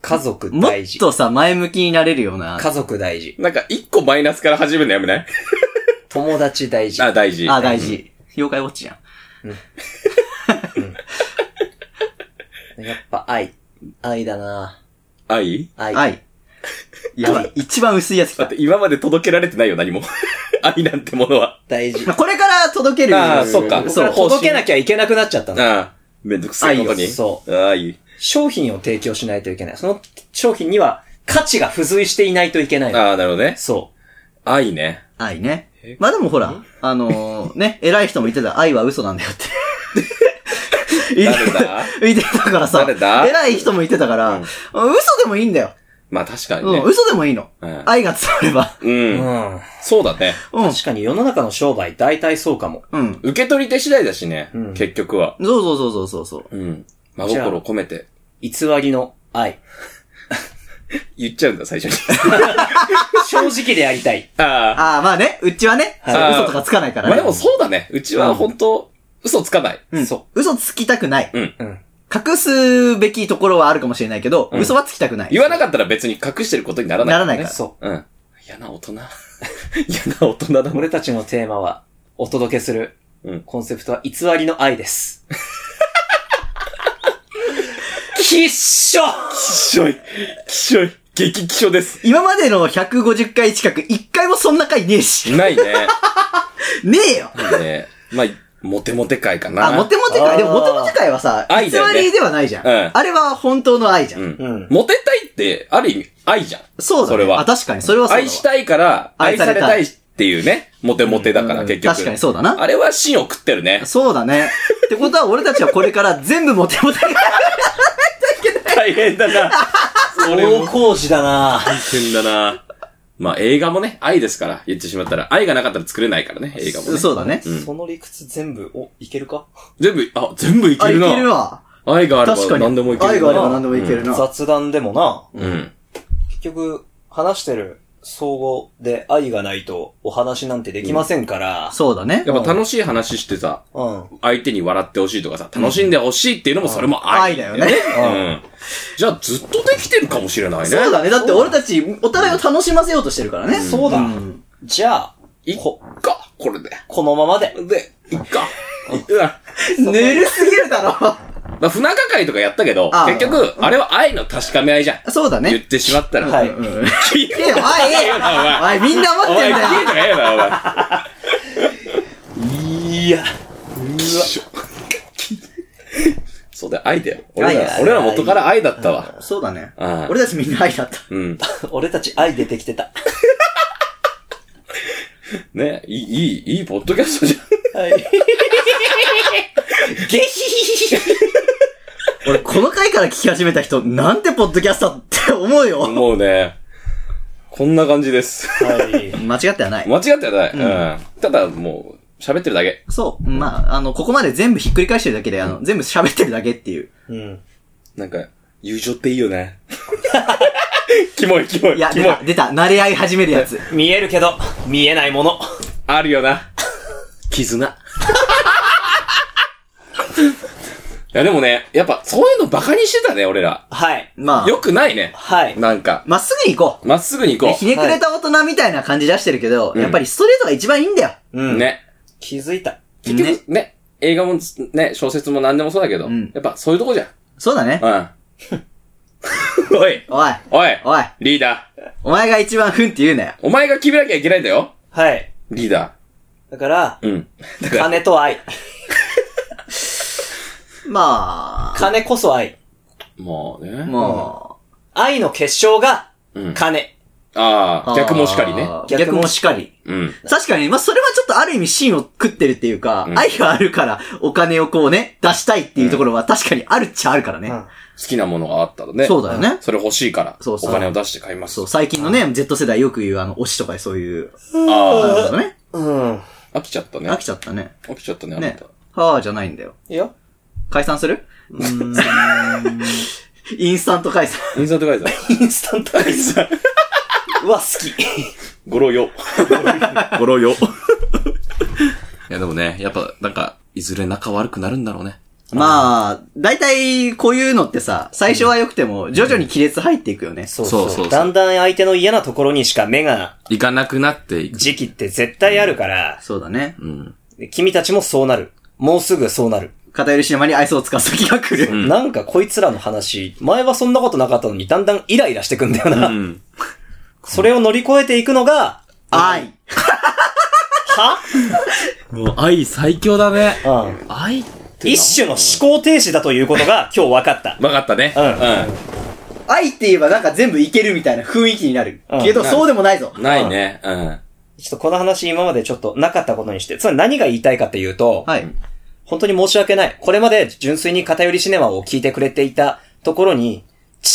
Speaker 1: 家族
Speaker 2: もっ
Speaker 1: 大事。
Speaker 2: とさ、前向きになれるような。
Speaker 1: 家族大事。
Speaker 3: なんか、一個マイナスから始めるのや めない
Speaker 1: 友達大事。
Speaker 3: あ、大事。
Speaker 2: あ、大事。妖怪ウォッチや
Speaker 1: やっぱ愛。愛だな
Speaker 3: 愛
Speaker 1: 愛。
Speaker 2: ん。はい。やばい。一番薄いやつ来
Speaker 3: だったて。今まで届けられてないよ、何 も。愛なんてものは。
Speaker 1: 大事
Speaker 2: ま。あこれから届ける。
Speaker 3: あーそっか
Speaker 2: そう。
Speaker 1: 届けなきゃいけなくなっちゃったの。
Speaker 3: ああ、めんどくさいことに。。
Speaker 1: 愛をそう
Speaker 3: 愛。
Speaker 1: 商品を提供しないといけない。その商品には価値が付随していないといけないの。
Speaker 3: ああ、なるほどね。
Speaker 1: そ
Speaker 3: 愛ね。
Speaker 2: 愛ね。まあでもほら、あのー、ね、偉い人も言ってた、愛は嘘なんだ よって。言って
Speaker 3: 誰 だ
Speaker 2: 言ってたからさ、
Speaker 3: 誰だ
Speaker 2: 偉い人も言ってたから、
Speaker 3: うん
Speaker 2: 嘘でもいいんだよ。
Speaker 3: まあ確かに
Speaker 2: う
Speaker 3: ね
Speaker 2: ん、。嘘でもいいの。
Speaker 3: うん
Speaker 2: 愛が伝われば。
Speaker 1: う。
Speaker 3: う。
Speaker 1: うんん。
Speaker 3: そうだね。
Speaker 2: うん。
Speaker 1: 確かに世の中の商売大体そうかも。
Speaker 2: うん。
Speaker 3: 受け取り手次第だしね。
Speaker 1: うん
Speaker 3: 結局は。
Speaker 2: そうそうそうそうそうそう。
Speaker 3: うん。真心を込めて。
Speaker 1: 偽りの愛。
Speaker 3: 言っちゃうんだ、最初に。
Speaker 1: 正直でありた い。
Speaker 3: ああ。
Speaker 2: ああ、まあね、うちはね、
Speaker 1: はい
Speaker 2: そう嘘とかつかないから
Speaker 3: まあ
Speaker 2: ね。
Speaker 3: でもそうだね。うちは本当嘘つかない。
Speaker 2: うん、
Speaker 1: そ
Speaker 2: 嘘つきたくない。
Speaker 1: うん。
Speaker 2: 隠すべきところはあるかもしれないけど、
Speaker 3: うん
Speaker 2: 嘘はつきたくない。
Speaker 3: 言わなかったら別に隠してることにならない。
Speaker 2: ならないから。
Speaker 1: そ
Speaker 3: うん。嫌な大 人。嫌な大人だ
Speaker 1: う。
Speaker 3: な。
Speaker 1: 俺たちのテーマは、お届けする
Speaker 3: うん、
Speaker 1: コンセプトは偽りの愛です。きっしょ
Speaker 3: きしょい。きしょい。激きしょです。
Speaker 2: 今までの150回近く、1回もそんな回ねえし。
Speaker 3: ないね。
Speaker 2: ねえよ
Speaker 3: ないね。まあ、モテモテ会かな。
Speaker 2: あ、モテモテ会。で
Speaker 1: あ
Speaker 2: も
Speaker 1: ー
Speaker 2: モテモテ会はさ、偽
Speaker 3: 愛だよね
Speaker 2: りではないじゃん。
Speaker 3: うん
Speaker 2: あれは本当の愛じゃん。
Speaker 3: うん。
Speaker 1: うん。
Speaker 3: モテたいって、ある意味、愛じゃん。
Speaker 2: そうだ、ね。
Speaker 3: それは
Speaker 2: あ、確かに、それはそうだわ
Speaker 3: 愛したいから、愛
Speaker 2: 愛さ
Speaker 3: さ
Speaker 2: れ
Speaker 3: れ
Speaker 2: た
Speaker 3: た
Speaker 2: い
Speaker 3: いっていうね、モテモテだか
Speaker 1: うん
Speaker 3: ら、
Speaker 1: うん
Speaker 3: 結局。
Speaker 2: 確かにそうだな。
Speaker 3: あれは芯を食ってるね。
Speaker 2: そうだね。ってことは俺たちはこれから全部モテモテ会。
Speaker 3: 大変だな。それ
Speaker 1: 大
Speaker 3: も
Speaker 1: 工事だな
Speaker 3: 大変だな。まあ映画もね、愛ですから、言ってしまったら。愛がなかったら作れないからね、映画もね。
Speaker 2: そうだね。
Speaker 3: うん
Speaker 1: その理屈全部、お、いけるか
Speaker 3: 全部、あ、全部いけ
Speaker 2: あ、い
Speaker 3: る
Speaker 2: ける
Speaker 3: な。
Speaker 2: わ。
Speaker 3: 愛があれ
Speaker 2: 確か
Speaker 3: ば
Speaker 2: に。
Speaker 3: 何でもいけるな。
Speaker 2: 愛があれば何でもいけるな。
Speaker 1: 雑談でもな、
Speaker 3: うん。
Speaker 1: 結局、話してる総合で愛がないとお話なんてできませんから、
Speaker 2: そうだね
Speaker 3: や。っぱ楽しい話してさ、
Speaker 1: うん。
Speaker 3: 相手に笑ってほしいとかさ、楽しんでほしいっていうのもそれも愛。
Speaker 2: 愛だよね。
Speaker 3: うん。じゃあずっとできてるかもしれないね。
Speaker 2: そうだね。だって俺たち、お互いを楽しませようとしてるからね。
Speaker 1: そうだ
Speaker 2: ん
Speaker 1: じゃあ、
Speaker 3: いっ
Speaker 1: こ、
Speaker 3: か、これで。
Speaker 1: このままで。
Speaker 3: で、いっか。うわ。
Speaker 2: ぬるすぎるだろ。
Speaker 3: まあ、不仲会とかやったけど
Speaker 2: あ、
Speaker 3: 結局、あれは愛の確かめ合いじゃん。
Speaker 2: そうだ
Speaker 3: 言っ
Speaker 2: ね。
Speaker 3: てしまったら。
Speaker 1: はい
Speaker 2: うん。
Speaker 3: 消え
Speaker 2: いや、おい、おい、みんな
Speaker 3: お
Speaker 2: 待っ
Speaker 3: 前、
Speaker 2: てん
Speaker 3: 消
Speaker 2: だ
Speaker 3: え
Speaker 2: よ。
Speaker 3: とかええわ、お前。
Speaker 1: いや、
Speaker 3: そうだよ、愛だよ。俺
Speaker 2: 愛だ
Speaker 3: ら、
Speaker 2: よ
Speaker 3: 俺ら元から愛だったわ。
Speaker 2: そうだね
Speaker 3: うん。
Speaker 2: 俺たちみんな愛だった。
Speaker 3: うん。
Speaker 1: 俺たち愛出てきてた。
Speaker 3: ね、いい、いい、いいポッドキャストじゃん。
Speaker 1: はい。下品
Speaker 2: 俺、この回から聞き始めた人、なんてポッドキャストって思うよ。
Speaker 3: もうね、こんな感じです。
Speaker 1: はい。
Speaker 2: 間違ってはない。
Speaker 3: 間違ってはない。うん。ただ、もう、喋ってるだけ。
Speaker 2: そう。まあ、あの、ここまで全部ひっくり返してるだけで、あの、全部喋ってるだけっていう。
Speaker 1: うん。
Speaker 3: なんか、友情っていいよね。キモい、キモい、
Speaker 2: いや、
Speaker 3: キ
Speaker 2: 出
Speaker 3: モい
Speaker 2: た、。出た、慣れ合い始めるやつ。
Speaker 1: 見えるけど、見えないもの。
Speaker 3: あるよな。 絆。いや、でもね、やっぱ、そういうのバカにしてたね、俺ら。
Speaker 1: はい。
Speaker 2: まあ、
Speaker 3: よくないね。
Speaker 1: はい。
Speaker 3: なんか、
Speaker 2: まっすぐに行こう。
Speaker 3: まっすぐに行こ
Speaker 2: ひねくれた大人みたいな感じ出してるけど、
Speaker 3: ん
Speaker 2: やっぱりストレートが一番いいんだよ。
Speaker 1: う
Speaker 3: う。
Speaker 1: ん。
Speaker 3: ね。
Speaker 1: 気づいた。
Speaker 3: 結
Speaker 2: ね
Speaker 3: 局、ね。映画も、ね、小説も何でもそうだけど、
Speaker 2: うん
Speaker 3: やっぱそういうとこじゃん。
Speaker 2: そうだね。
Speaker 3: うん。 おい、
Speaker 2: おい、
Speaker 3: おい、
Speaker 2: おい、
Speaker 3: リーダー。
Speaker 2: お前が一番ふんって言うなよ。
Speaker 3: お前が決めなきゃいけないんだよ。
Speaker 1: はい。
Speaker 3: リーダ
Speaker 1: だから、
Speaker 3: ー。うん。だから、
Speaker 1: 金と愛。
Speaker 2: まあ、
Speaker 1: 金こそ愛。
Speaker 3: もうね。
Speaker 2: ま
Speaker 1: 愛の結晶が、
Speaker 3: うん。
Speaker 1: 金。
Speaker 3: あ
Speaker 2: あ
Speaker 3: あ、逆もしかりね。
Speaker 2: 逆もしかり。
Speaker 3: うん。
Speaker 2: 確かに、まあそれはちょっとある意味芯を食ってるっていうか、
Speaker 3: うん
Speaker 2: 愛があるからお金をこうね、出したいっていうところは確かにあるっちゃあるからね。
Speaker 1: うん
Speaker 3: 好きなものがあったらね。
Speaker 2: そうだよね。
Speaker 3: それ欲しいから、
Speaker 2: そう
Speaker 3: お
Speaker 2: そう
Speaker 3: 金を出して買います。
Speaker 2: そう、最近のね、Z 世代よく言うあの、推しとかそういう、あ
Speaker 3: あ
Speaker 2: るのね。
Speaker 1: うん。
Speaker 3: あ、飽きちゃったね
Speaker 2: 飽。きちゃったね。
Speaker 3: 飽きちゃったね、あな
Speaker 2: ね
Speaker 3: た。。
Speaker 2: はぁじゃないんだよ。
Speaker 1: いいよ。
Speaker 2: 解散する インスタント解散。
Speaker 3: インサートガイザー。
Speaker 1: インスタントアイス。うわ、好き。
Speaker 3: ゴロよ。ゴロよ。いや、でもね、やっぱ、なんか、いずれ仲悪くなるんだろうね。
Speaker 2: まあ、大体こういうのってさ、最初は良くても、徐々に亀裂入っていくよね。
Speaker 1: そう
Speaker 3: そうそうそうそう
Speaker 1: だんだん相手の嫌なところにしか目が、
Speaker 3: 行かなくなっていく。
Speaker 1: 時期って絶対あるから、
Speaker 2: そうだね。
Speaker 3: うん。
Speaker 1: 君たちもそうなる。もうすぐそうなる。
Speaker 2: 偏り島に愛想を使う時が来る。
Speaker 3: ん
Speaker 1: なんかこいつらの話、前はそんなことなかったのにだんだんイライラしてくんだよな。
Speaker 3: ん。
Speaker 1: それを乗り越えていくのが、
Speaker 2: 愛。
Speaker 1: は
Speaker 3: もう、愛最強だね。
Speaker 1: うん。
Speaker 3: 愛ってな。
Speaker 1: 一種の思考停止だということが今日分かった。
Speaker 3: わかったね。
Speaker 1: う
Speaker 2: 愛って言えばなんか全部いけるみたいな雰囲気になる
Speaker 1: うん。
Speaker 2: けど、そうでもないぞ。
Speaker 3: うん。ないね。うん。
Speaker 1: ちょっとこの話今までちょっとなかったことにして、つまり何が言いたいかっていうと、
Speaker 2: はい。
Speaker 1: 本当に申し訳ない。これまで純粋に偏りシネマを聞いてくれていたところに、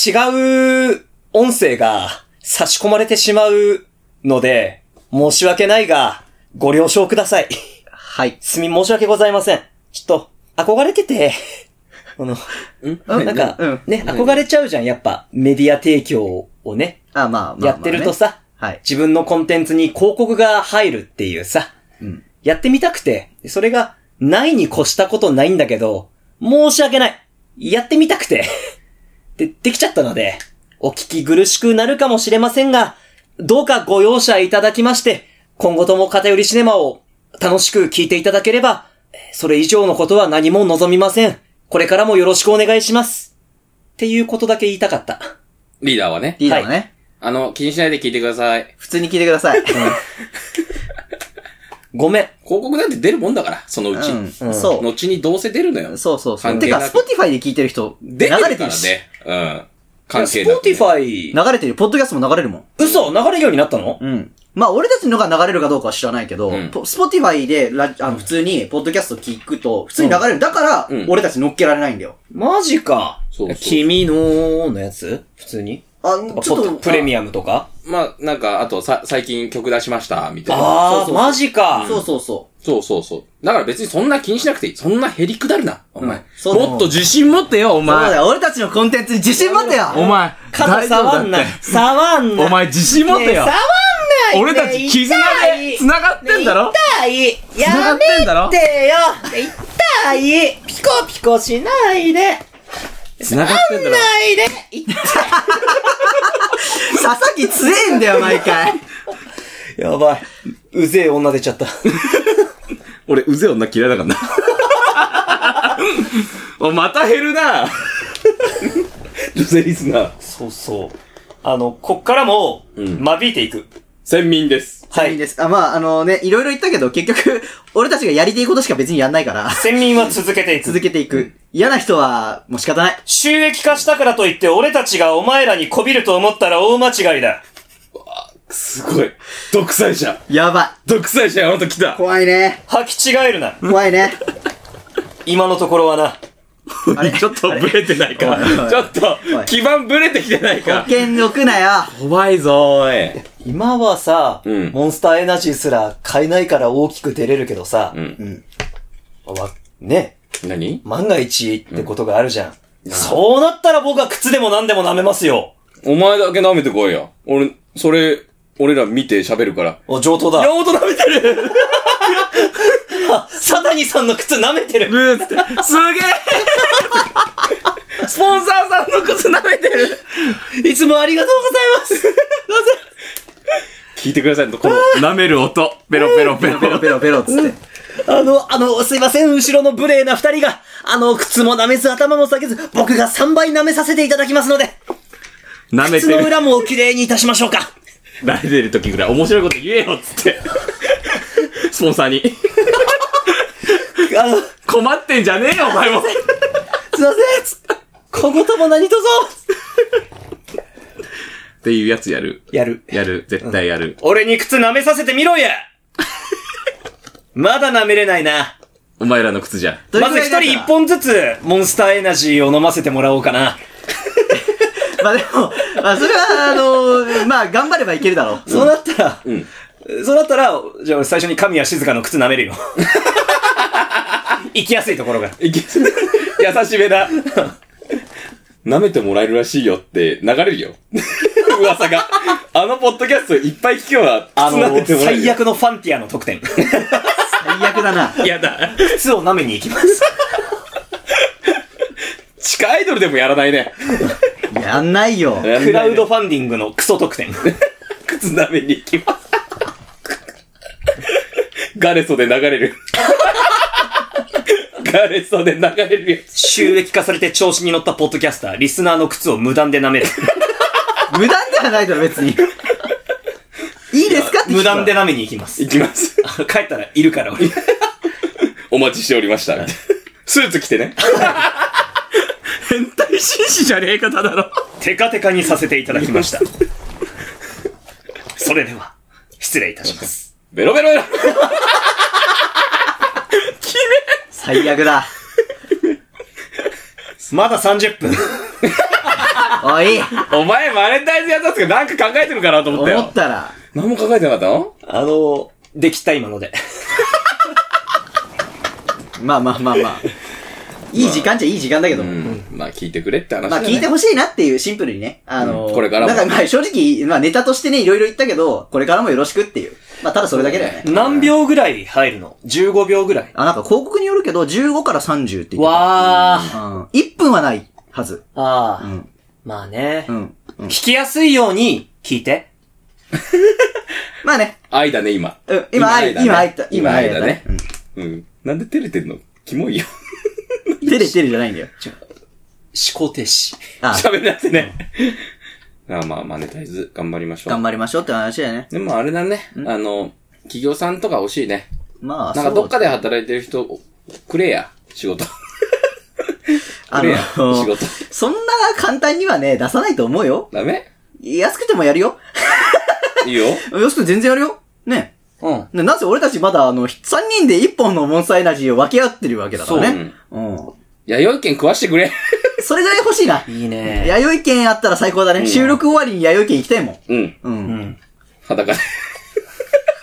Speaker 1: 違う音声が差し込まれてしまうので、申し訳ないが、ご了承ください。
Speaker 2: はい。
Speaker 1: すみ、申し訳ございません。ちょっと、憧れてて、 この、なんか
Speaker 2: うん、
Speaker 1: ね、憧れちゃうじゃん、やっぱ、メディア提供をね、
Speaker 2: あ、まあまあまあね
Speaker 1: やってると。さ、
Speaker 2: はい。
Speaker 1: 自分のコンテンツに広告が入るっていうさ、
Speaker 2: うん
Speaker 1: やってみたくて、それがないに越したことないんだけど、申し訳ない。やってみたくて。で、できちゃったので、お聞き苦しくなるかもしれませんが、どうかご容赦いただきまして、今後とも偏りシネマを楽しく聞いていただければ、えーそれ以上のことは何も望みません。これからもよろしくお願いします。っていうことだけ言いたかった。
Speaker 3: リーダーはね。
Speaker 2: リーダーはね。
Speaker 3: あの、気にしないで聞いてください。
Speaker 2: 普通に聞いてくだ さい。
Speaker 1: ごめん。
Speaker 3: 広告なんて出るもんだから、そのうち。
Speaker 2: う
Speaker 1: うん
Speaker 2: ん。そ
Speaker 3: 後にどうせ出るのよ
Speaker 2: う。。そうそうそう。
Speaker 3: 関
Speaker 2: て
Speaker 3: 係な
Speaker 2: か、
Speaker 3: く
Speaker 2: Spotify で聞いてる人、流
Speaker 3: 出て
Speaker 2: れ
Speaker 3: る
Speaker 2: て
Speaker 3: か
Speaker 2: る
Speaker 3: ら
Speaker 2: し。
Speaker 3: ね。うん。関係
Speaker 1: ス
Speaker 3: な
Speaker 1: ポ
Speaker 3: く、
Speaker 1: ーティファイ、
Speaker 2: 流れてる。ポッドキャストも流れるもん。
Speaker 1: 嘘流れるようになったの
Speaker 2: うん。まあ、俺たちのが流れるかどうかは知らないけど、
Speaker 3: うん
Speaker 2: ポスポティファイでラ、あの、普通に、ポッドキャスト聞くと、普通に流れる。だから
Speaker 3: うん、
Speaker 2: 俺たち乗っけられないんだよ。
Speaker 1: マジか。
Speaker 3: そうそう。
Speaker 1: 君ののやつ普通に
Speaker 2: あ、
Speaker 1: ちょっとプレミアムとか
Speaker 3: まあ、なんか、あと、さ、最近曲出しました、みたいな。
Speaker 1: あ
Speaker 2: そ
Speaker 1: あ、
Speaker 2: うそうそう
Speaker 1: マジか。
Speaker 2: そうそうそ
Speaker 3: そうそうそう。だから別にそんな気にしなくていい。そんなへりくだるな、お前。
Speaker 2: そうだよ
Speaker 3: もっと自信持ってよ、お
Speaker 2: う。そうだ
Speaker 3: 前。
Speaker 2: よ、俺たちのコンテンツに自信持ってよ
Speaker 4: お前、
Speaker 1: 肩触んな
Speaker 4: 大
Speaker 1: い
Speaker 4: 丈夫だっ。
Speaker 1: 触ん
Speaker 4: て
Speaker 1: な
Speaker 4: お
Speaker 1: い。
Speaker 4: 前、自信持て
Speaker 1: ねえ
Speaker 4: よ
Speaker 1: 触んない。ね
Speaker 4: 俺たち絆
Speaker 1: 痛
Speaker 4: で
Speaker 1: い
Speaker 4: 繋がってんだろ
Speaker 1: 痛い
Speaker 4: 繋が
Speaker 1: や
Speaker 4: ってんだろ
Speaker 1: めてよ痛いピコピコしないで
Speaker 4: 繋がってんだろ
Speaker 1: ないで
Speaker 2: 佐々木強えんだよ、毎回。
Speaker 1: やばい。うぜえ女出ちゃった。
Speaker 3: 俺、うぜえ女嫌いだからな。 おまた減るな女性リスナー。
Speaker 1: そうそう。あの、こっからも、間引いていく。
Speaker 3: 先民です。
Speaker 1: はい
Speaker 2: い
Speaker 1: い。
Speaker 2: です。あ、まあ、あのね、いろいろ言ったけど、結局、俺たちがやりていいことしか別にやんないから、
Speaker 1: 先民は続けていく。
Speaker 2: 続けていく。嫌な人は、もう仕方ない。
Speaker 1: 収益化したからといって、俺たちがお前らにこびると思ったら大間違いだ。
Speaker 3: すごい。独裁者。
Speaker 2: やば
Speaker 3: 独裁者、あなた来
Speaker 2: い。
Speaker 3: た。
Speaker 2: 怖いね。
Speaker 1: 履き違えるな。
Speaker 2: 怖いね。
Speaker 1: 今のところはな。
Speaker 3: ちょっとブレてないか
Speaker 2: おいお。い
Speaker 3: ちょっと
Speaker 2: おい、
Speaker 3: 基盤ブレてきてない
Speaker 2: 保
Speaker 3: か。
Speaker 2: 険置くなよ。
Speaker 3: 怖いぞーい。
Speaker 1: 今はさ、
Speaker 3: うん
Speaker 1: モンスターエナジーすら買えないから大きく出れるけどさ、
Speaker 2: ん
Speaker 1: わね、
Speaker 3: 何
Speaker 1: 万が一ってことがあるじゃん。そうなったら僕は靴でも何でも舐めますよ。
Speaker 3: お前だけ舐めてこいよ。俺、それ、俺ら見て喋るから。
Speaker 1: お、上等だ。
Speaker 3: 山本舐めてる
Speaker 1: サタニさんの靴舐めてる。
Speaker 3: ブーって、すげえスポンサーさんの靴舐めてる
Speaker 1: いつもありがとうござい
Speaker 3: 聞いてください、この。
Speaker 4: 舐める音。ペロペロペロペ
Speaker 2: ペロ
Speaker 4: ロ。
Speaker 2: ペロペロっつって。
Speaker 1: ます。 あの、あの、すいません、後ろの無礼な二人が、あの、靴も舐めず頭も下げず、僕が3倍舐めさせていただきますので、
Speaker 4: 舐め
Speaker 1: 靴
Speaker 4: て
Speaker 1: の
Speaker 4: る。
Speaker 1: 裏も綺麗にいたしましょうか。
Speaker 4: 慣れてる時ぐらい面白いこと言えよっつって。スポンサーに。
Speaker 1: あの、
Speaker 4: 困ってんじゃねえよ、お前も。
Speaker 1: すいませんつって、今後とも何卒
Speaker 4: っていうやつやる。
Speaker 1: やる。
Speaker 4: やる。絶対やる。
Speaker 1: 俺に靴舐めさせてみろやまだ舐めれないな。
Speaker 4: お前らの靴じゃ。
Speaker 2: どれ
Speaker 1: ま
Speaker 2: く
Speaker 1: ず
Speaker 2: ら
Speaker 1: 一
Speaker 2: いだ
Speaker 1: 人
Speaker 2: ったら
Speaker 1: 一。本ずつ、モンスターエナジーを飲ませてもらおうかな。
Speaker 2: まあでも、まあそれは、あの、まあ頑張ればいけるだろう。
Speaker 1: そうなったら、
Speaker 3: ん
Speaker 1: そうなったら、じゃあ俺最初に神谷静香の靴舐めるよ。 行きやすいところが。
Speaker 3: いけ優しめだ。舐めてもらえるらしいよって流れるよ。噂が。あのポッドキャストいっぱい聞けば、
Speaker 1: あ
Speaker 3: 舐め
Speaker 1: の、
Speaker 3: てもらえる
Speaker 1: 最
Speaker 3: よ。
Speaker 1: 悪のファンティアの特典。
Speaker 2: 最悪だな。
Speaker 3: やだ。
Speaker 1: 靴を舐めに行きます。
Speaker 3: 地下アイドルでもやらないね。
Speaker 2: やんない
Speaker 3: や
Speaker 2: よ。
Speaker 3: んない ね
Speaker 1: クラウドファンディングのクソ特典。
Speaker 3: 靴舐めに行きます。ガレソで流れる。ガレソで流れるよ。
Speaker 1: 収益化されて調子に乗ったポッドキャスター、リスナーの靴を無断で舐める。
Speaker 2: 無断ではないだろ、別に。いいですかって聞く
Speaker 1: 無断で
Speaker 2: な。
Speaker 1: 舐めに行き ます。
Speaker 3: 行きます。
Speaker 1: 帰ったらいるから俺。
Speaker 3: お待ちしておりました。スーツ着てね。
Speaker 4: 変態紳士じゃねえ方だろ。
Speaker 1: テカテカにさせていただきました。それでは、失礼いたします。
Speaker 3: ベロベロベロ。
Speaker 2: 最悪だ。
Speaker 1: まだ30分。
Speaker 2: おい、
Speaker 3: お前マネタイズやったんですけど、なんか考えてるかなと思った
Speaker 2: 思っ
Speaker 3: よ。
Speaker 2: たら、
Speaker 3: 何も考えてなかったの
Speaker 1: あの、できた今ので。
Speaker 2: まあまあまあ まあ。いい時間じゃいい時間だけど。
Speaker 3: うん。まあ聞いてくれって話
Speaker 2: ま
Speaker 3: だ
Speaker 2: あ
Speaker 3: ね。
Speaker 2: 聞いてほしいなっていうシンプルにね。あの
Speaker 3: うんこれからも
Speaker 2: なんかまあ正直、まあネタとしてね、いろいろ言ったけど、これからもよろしくっていう。まあただそれだけだよね。
Speaker 1: 何秒ぐらい入るの ?15 秒ぐらい。
Speaker 2: あ、なんか広告によるけど、15から30って言って
Speaker 1: わー。
Speaker 2: た。うん。1分はないはず。
Speaker 1: ああ、
Speaker 2: ん
Speaker 1: まあね、
Speaker 2: うん。うん。
Speaker 1: 聞きやすいように聞いて。
Speaker 2: まあね。
Speaker 3: 愛だね、今。
Speaker 2: うん。今、愛
Speaker 3: だね
Speaker 2: 今、愛だ。
Speaker 3: 今、愛だね
Speaker 2: う。ん
Speaker 3: うん。なんで照れてんのキモいよ。
Speaker 2: 照れてるじゃないんだよ。
Speaker 1: 思考停止。
Speaker 2: あ、
Speaker 3: 喋りなってね。まあまあ、マネタイズ、頑張りましょ
Speaker 2: 頑
Speaker 3: う。
Speaker 2: 張りましょうって話だよね。
Speaker 3: でもあれだね。あの、企業さんとか欲しいね。
Speaker 2: まあ、
Speaker 3: なんかどっか
Speaker 2: で、
Speaker 3: で働いてる人、くれや、仕事。
Speaker 2: あ
Speaker 3: くれや、
Speaker 2: の、
Speaker 3: 仕事。
Speaker 2: そんな簡単にはね、出さないと思うよ。
Speaker 3: ダメ
Speaker 2: 安くてもやるよ。
Speaker 3: いいよ。
Speaker 2: 安くて全然やるよ。ね。
Speaker 1: うん。
Speaker 2: ねなぜ俺たちまだあの、3人で1本のモンスターエナジーを分け合ってるわけだからね。う。ん。
Speaker 3: 弥生県食わしてく れ。
Speaker 2: それぐらい欲しいな。
Speaker 1: いいね。
Speaker 2: 弥生県あったら最高だね。収録終わりに弥生県行きたいもん。
Speaker 3: うん。
Speaker 2: うん。
Speaker 3: 裸で。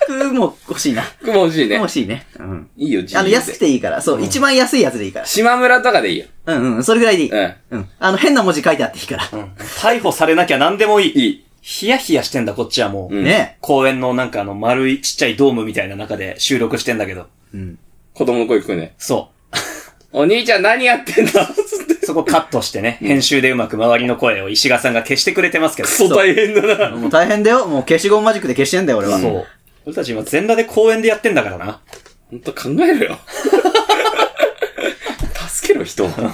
Speaker 2: 服も欲しいな。
Speaker 3: 服も欲しい
Speaker 2: 服も
Speaker 3: ね
Speaker 2: 欲。しいね。うん。
Speaker 3: いいよ、自由
Speaker 2: あの、
Speaker 3: で
Speaker 2: 安くていいから。そう、一番安いやつでいいから。
Speaker 3: 島村とかでいいよ。
Speaker 2: うんうん、それぐらいでいい。
Speaker 3: うん。
Speaker 2: うん。あの、変な文字書いてあっていいから。
Speaker 1: 逮捕されなきゃ何でもいい。
Speaker 3: いい。
Speaker 1: ヒヤヒヤしてんだ、こっちはもう。
Speaker 3: うん
Speaker 2: ね
Speaker 1: 公園のなんかあの丸いちっちゃいドームみたいな中で収録してんだけど。
Speaker 2: うん。
Speaker 3: 子供の声聞くね。
Speaker 1: そ
Speaker 3: お兄ちゃん何やってん だつって。
Speaker 1: う。そこカットしてね、編集でうまく周りの声を石川さんが消してくれてますけど。
Speaker 3: そう大変だな。
Speaker 2: もう大変だよ。もう消しゴムマジックで消してんだよ、俺は。
Speaker 1: そう。俺たち今全裸で公園でやってんだからな。
Speaker 3: ほんと考えろ よ。助けろ、人を。
Speaker 1: 考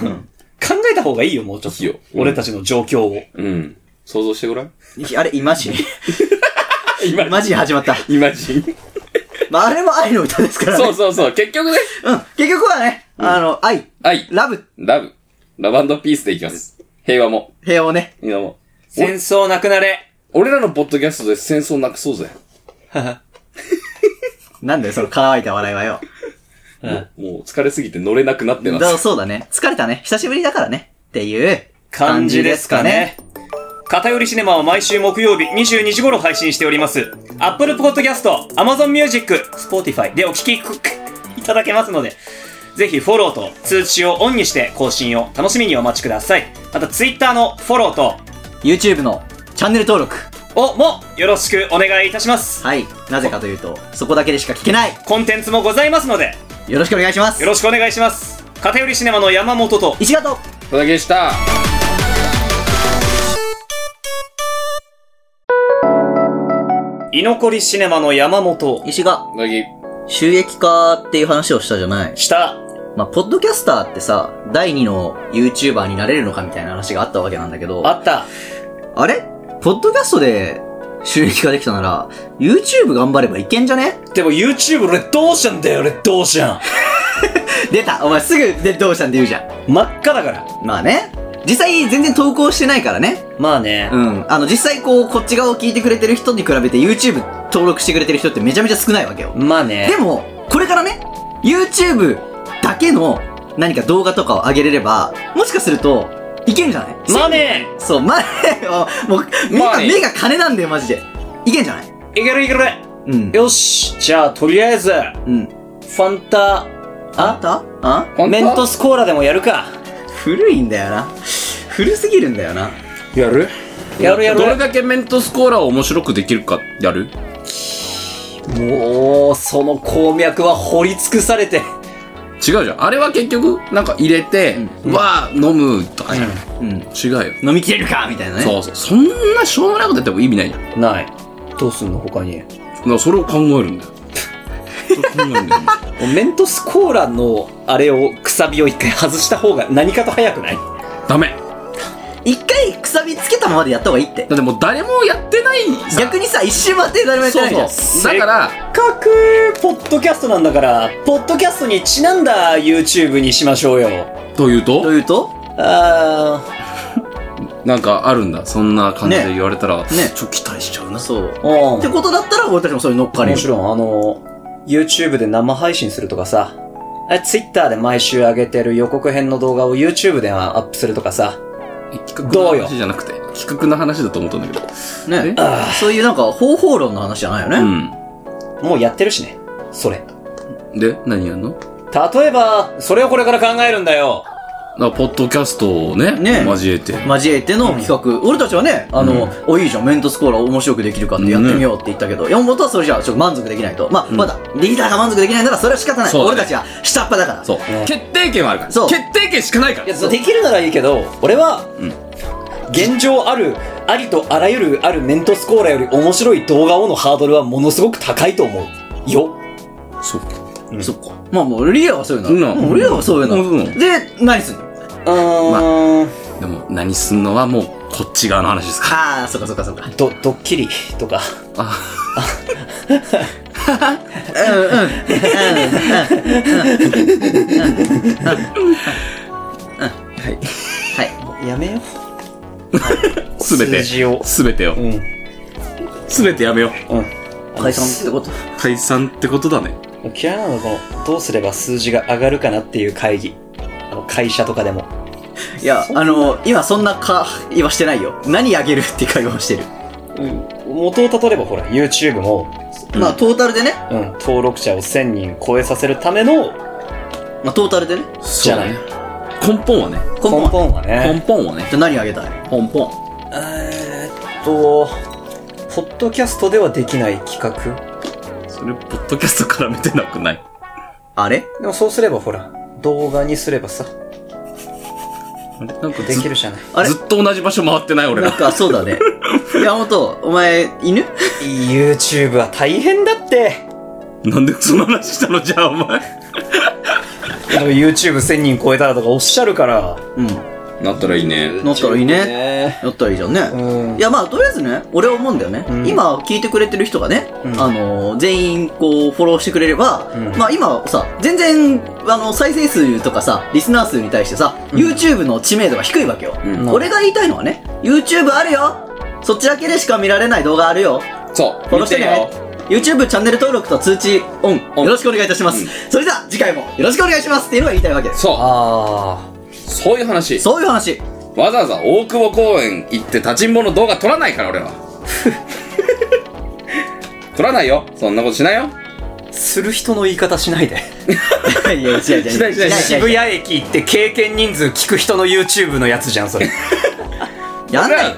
Speaker 1: えた方がいいよ、もうちょっと。
Speaker 3: いいようん
Speaker 1: 俺たちの状況を。
Speaker 3: うん。想像してごらん。
Speaker 2: いあれ、イマジン。
Speaker 3: イマ
Speaker 2: イマジン始まった。
Speaker 3: イマジン。
Speaker 2: まあ、あれも愛の歌ですからね。
Speaker 3: そうそうそう。結局ね。
Speaker 2: うん。結局はね、あの、愛、
Speaker 3: はい。
Speaker 2: ラブ、
Speaker 3: ラブ。ラブピースでいきます。平和も。
Speaker 2: 平和をね。
Speaker 3: みんなも。
Speaker 1: 戦争なくなれ。
Speaker 3: 俺らのポッドキャストで戦争なくそうぜ。
Speaker 2: なんだよ、その乾いた笑いはよ。
Speaker 1: うん。
Speaker 3: もう疲れすぎて乗れなくなってま
Speaker 2: だ
Speaker 3: す。
Speaker 2: そうだね。疲れたね。久しぶりだからね。っていう
Speaker 1: 感じですかね。。偏りシネマは毎週木曜日22時頃配信しております。Apple Podcast、Amazon Music、Spotify でお聞きくいただけますので、ぜひフォローと通知をオンにして更新を楽しみにお待ちください。また Twitter のフォローと、
Speaker 2: YouTube のチャンネル登録。
Speaker 1: をもよろしくお願いいたします。
Speaker 2: はい。なぜかというと、そこだけでしか聞けない。
Speaker 1: コンテンツもございますので、
Speaker 2: よろしくお願いします
Speaker 1: よ。ろしくお願いします。偏りシネマの山本と、
Speaker 2: 石川と
Speaker 3: おだけでした。
Speaker 1: 居残りシネマの山本、
Speaker 2: 石が
Speaker 3: おだけ。
Speaker 2: 収益化っていう話をしたじゃない
Speaker 1: 下、
Speaker 2: まあ、ポッドキャスターってさ、第二の YouTuber になれるのかみたいな話があったわけなんだけど、
Speaker 1: あった。
Speaker 2: あれポッドキャストで収益化できたなら、YouTube 頑張ればいけんじゃね
Speaker 1: でも YouTube レッドオーシャンだよ、レッドオーシャン。
Speaker 2: 出たお前すぐでどうしたんって言うじゃん。
Speaker 1: 真っ赤だから。
Speaker 2: まあね。実際全然投稿してないからね。
Speaker 1: まあね。
Speaker 2: うん。あの、実際こう、こっち側を聞いてくれてる人に比べて YouTube 登録してくれてる人ってめちゃめちゃ少ないわけよ。
Speaker 1: まあね。
Speaker 2: でも、これからね、YouTube だけの何か動画とかを上げれれば、もしかすると、いけんじゃない
Speaker 1: マネ
Speaker 2: そう、マネを、もう、今
Speaker 3: マネー
Speaker 2: 目が金なんだよ、マジで。いけんじゃない
Speaker 1: ーいけるいける
Speaker 2: うん。
Speaker 1: よしじゃあ、とりあえず、フ
Speaker 2: うん。
Speaker 1: ァンタ、
Speaker 2: あん
Speaker 1: あ
Speaker 2: たあ
Speaker 3: 本当
Speaker 1: メントスコーラでもやるか。
Speaker 2: 古いんだよな。古すぎるんだよな。
Speaker 3: やる
Speaker 1: やるや
Speaker 4: どれ
Speaker 1: る。
Speaker 4: だけメントスコーラを面白くできるかやる
Speaker 1: もう、その鉱脈は掘り尽くされて。
Speaker 4: 違うじゃん。あれは結局、なんか入れて、わあ、飲むとかじゃん。
Speaker 2: うん。
Speaker 4: 違うよ。
Speaker 2: 飲み切れるかみたいなね。
Speaker 4: そうそう。そんなしょうもなく出ても意味ないじゃん。だか
Speaker 1: ない。どうすんの他に。
Speaker 4: らそれを考えるんだよ。それを考えるんだよ。
Speaker 1: メントスコーラの、あれを、くさびを一回外した方が何かと早くない
Speaker 4: ダメ。
Speaker 2: 一回、くさびつけたままでやった方がいいって。
Speaker 4: だってもう誰もやってないさ
Speaker 2: 逆にさ、一周待って誰もやって
Speaker 4: そ
Speaker 2: な
Speaker 4: う
Speaker 2: いじゃん。
Speaker 4: そう。だから、
Speaker 1: かく、ポッドキャストなんだから、ポッドキャストにちなんだ YouTube にしましょうよ。
Speaker 4: というと
Speaker 2: というと
Speaker 1: あー。
Speaker 4: なんかあるんだ。そんな感じで言われたら、
Speaker 2: ね
Speaker 4: ちょっと期待しちゃうな。
Speaker 2: そう。
Speaker 1: うん
Speaker 2: ってことだったら、俺たちもそれ乗っか
Speaker 1: も
Speaker 2: るよ
Speaker 1: ち。ろん、あの、YouTube で生配信するとかさ、あ Twitter で毎週上げてる予告編の動画を YouTube でアップするとかさ、
Speaker 4: 企
Speaker 1: ど
Speaker 4: 画
Speaker 1: う
Speaker 4: の
Speaker 1: よ
Speaker 4: 話じゃなくて、企画の話だと思ったんだけど。
Speaker 2: ね。そういうなんか、方法論の話じゃないよね。
Speaker 1: もうやってるしね。それ。
Speaker 4: うん。で、何やんの
Speaker 1: 例えば、それをこれから考えるんだよ。
Speaker 4: あポッドキャストをね、
Speaker 2: ね
Speaker 4: 交えて。
Speaker 2: 交えての企画、俺たちはね、あの、お、いいじゃん、メントスコーラ面白くできるかってやってみようって言ったけど、山本はそれじゃあちょっと満足できないと。まあ、まだ、リーダーが満足できないならそれは仕方ない。
Speaker 4: そうだね
Speaker 2: 俺たちは下っ端だから。
Speaker 4: そう、
Speaker 1: ね
Speaker 4: 決定権はあるから。
Speaker 2: そう
Speaker 4: 決定権しかないか
Speaker 1: いや、
Speaker 4: ら。
Speaker 1: そうできるならいいけど、俺は、現状ある、ありとあらゆるあるメントスコーラより面白い動画をのハードルはものすごく高いと思う。よ。
Speaker 4: そう。
Speaker 2: そっか。まあもう、リーダーはそういうの。
Speaker 4: うん
Speaker 2: もうリーダーはそういうの。
Speaker 4: うん
Speaker 2: で、何すんの
Speaker 1: うーん。
Speaker 4: でも、何すんのはもう、こっち側の話ですから。
Speaker 2: ああ、そっかそっかそっか。
Speaker 1: ど、ドッキリとか。
Speaker 4: あ、
Speaker 2: はい。
Speaker 1: やめよ
Speaker 4: すべ
Speaker 1: 数
Speaker 4: て
Speaker 1: 字を、
Speaker 4: すべて
Speaker 1: う。
Speaker 4: を、
Speaker 1: うん。
Speaker 4: すべてやめよう。
Speaker 1: うん。
Speaker 2: 解散ってこと
Speaker 4: 解散ってことだね。
Speaker 1: 嫌いなのこのどうすれば数字が上がるかなっていう会議あの会社とかでも。
Speaker 2: いや、あの、今そんなか、今してないよ。何あげるっていう会話をしてる。
Speaker 1: 元をたどればほら、YouTube も、
Speaker 2: まあ、トータルでね。
Speaker 1: うん、登録者を1000人超えさせるための、
Speaker 2: まあ、トータルでね。
Speaker 4: じ
Speaker 1: ゃない
Speaker 4: 根本はね。
Speaker 2: 根
Speaker 1: 根
Speaker 2: 本は。
Speaker 1: 本は
Speaker 4: 根
Speaker 1: ね。
Speaker 4: 本はね。
Speaker 2: じゃあ何あげたい
Speaker 4: 根本。
Speaker 1: えーっと、ポッドキャストではできない企画
Speaker 4: それ、ポッドキャスト絡めてなくない
Speaker 2: あれ
Speaker 1: でもそうすればほら、動画にすればさ、
Speaker 4: あれなんか
Speaker 1: で
Speaker 4: ず
Speaker 1: きるじゃない。
Speaker 2: あれ
Speaker 4: ずっと同じ場所回ってない俺
Speaker 2: なん
Speaker 4: ら。
Speaker 2: か、そうだね。山本、お前、犬
Speaker 1: YouTube は大変だって。
Speaker 4: なんでその話したのじゃあお前。
Speaker 1: でも YouTube1000 人超えたらとかおっしゃるから。
Speaker 2: うん。
Speaker 3: なったらいいね。
Speaker 2: 乗ったらいいね。
Speaker 1: ね。
Speaker 2: やったらいいじゃん
Speaker 1: う
Speaker 2: ね。
Speaker 1: ん
Speaker 2: い。や、まあ、とりあえずね、俺は思うんだよね。
Speaker 1: うん
Speaker 2: 今、聞いてくれてる人がね、
Speaker 1: うん
Speaker 2: あの、全員、こう、フォローしてくれれば、
Speaker 1: うん
Speaker 2: まあ、今、さ、全然、あの、再生数とかさ、リスナー数に対してさ、YouTube の知名度が低いわけよ。
Speaker 3: うん
Speaker 2: 俺が言いたいのはね、YouTube あるよそっちだけでしか見られない動画あるよ
Speaker 3: そう。
Speaker 2: フォローしてね YouTube チャンネル登録と通知オン
Speaker 3: オン
Speaker 2: よろしくお願いいたします、
Speaker 3: うん
Speaker 2: それでは次回もよろしくお願いしますっていうのが言いたいわけです
Speaker 3: そ
Speaker 1: あ
Speaker 3: う。そういう話。
Speaker 2: そういう話
Speaker 3: わざわざ大久保公園行って立ちんぼの動画撮らないから 俺は。撮らないよ。そんなことしないよ。
Speaker 1: あ。する人の言い方しないで。
Speaker 2: いやいや違う違う
Speaker 3: しないしない
Speaker 1: 渋谷駅行って経験人数聞く人の YouTube のやつじゃん、それ。
Speaker 2: やんないよ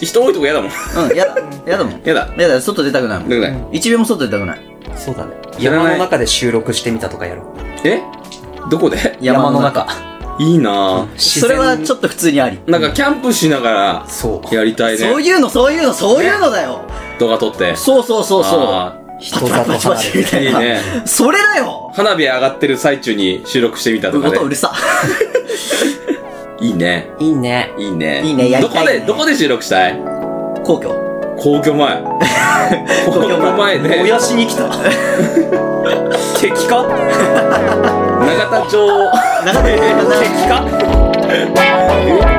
Speaker 3: 人多いとこ嫌だもん。
Speaker 2: うんやだやだもん
Speaker 3: 嫌だ。
Speaker 2: やだ外出たくないも
Speaker 3: だ
Speaker 2: ん
Speaker 3: から
Speaker 2: 一秒も外出たくない
Speaker 1: そうだね。
Speaker 3: やら
Speaker 1: 山
Speaker 3: ない
Speaker 1: の中で収録してみたとかやろう。
Speaker 3: えどこで
Speaker 2: 山の中
Speaker 3: いいなぁ。
Speaker 2: それはちょ
Speaker 1: っ
Speaker 2: っと普通にあり
Speaker 3: なんかキャンプしなが
Speaker 1: そう
Speaker 3: ら。やりたい
Speaker 2: そう
Speaker 3: ね。
Speaker 2: いうのそういうのそういうのだよ
Speaker 3: 動画撮って。
Speaker 2: そうそうそうそう
Speaker 3: あ
Speaker 1: 人里
Speaker 2: パチパ
Speaker 1: 離
Speaker 2: チ
Speaker 1: れ
Speaker 2: み
Speaker 1: て。
Speaker 2: た
Speaker 3: ー
Speaker 2: い
Speaker 3: いい
Speaker 2: な
Speaker 3: ね。
Speaker 2: それだよ
Speaker 3: 花火上がってる最中に収録してみたとかね
Speaker 2: 音う。るさ
Speaker 3: いいね。
Speaker 1: いいね。
Speaker 3: いいね。
Speaker 2: いいねやり
Speaker 3: ど
Speaker 2: た
Speaker 3: こ
Speaker 2: いね
Speaker 3: で、どこで収録したい
Speaker 2: 皇居
Speaker 3: 皇 居前。皇居前
Speaker 1: 燃
Speaker 3: で、
Speaker 1: やしに来た。 敵か
Speaker 3: 永田町。
Speaker 2: 長くなかった
Speaker 1: 敵か
Speaker 3: え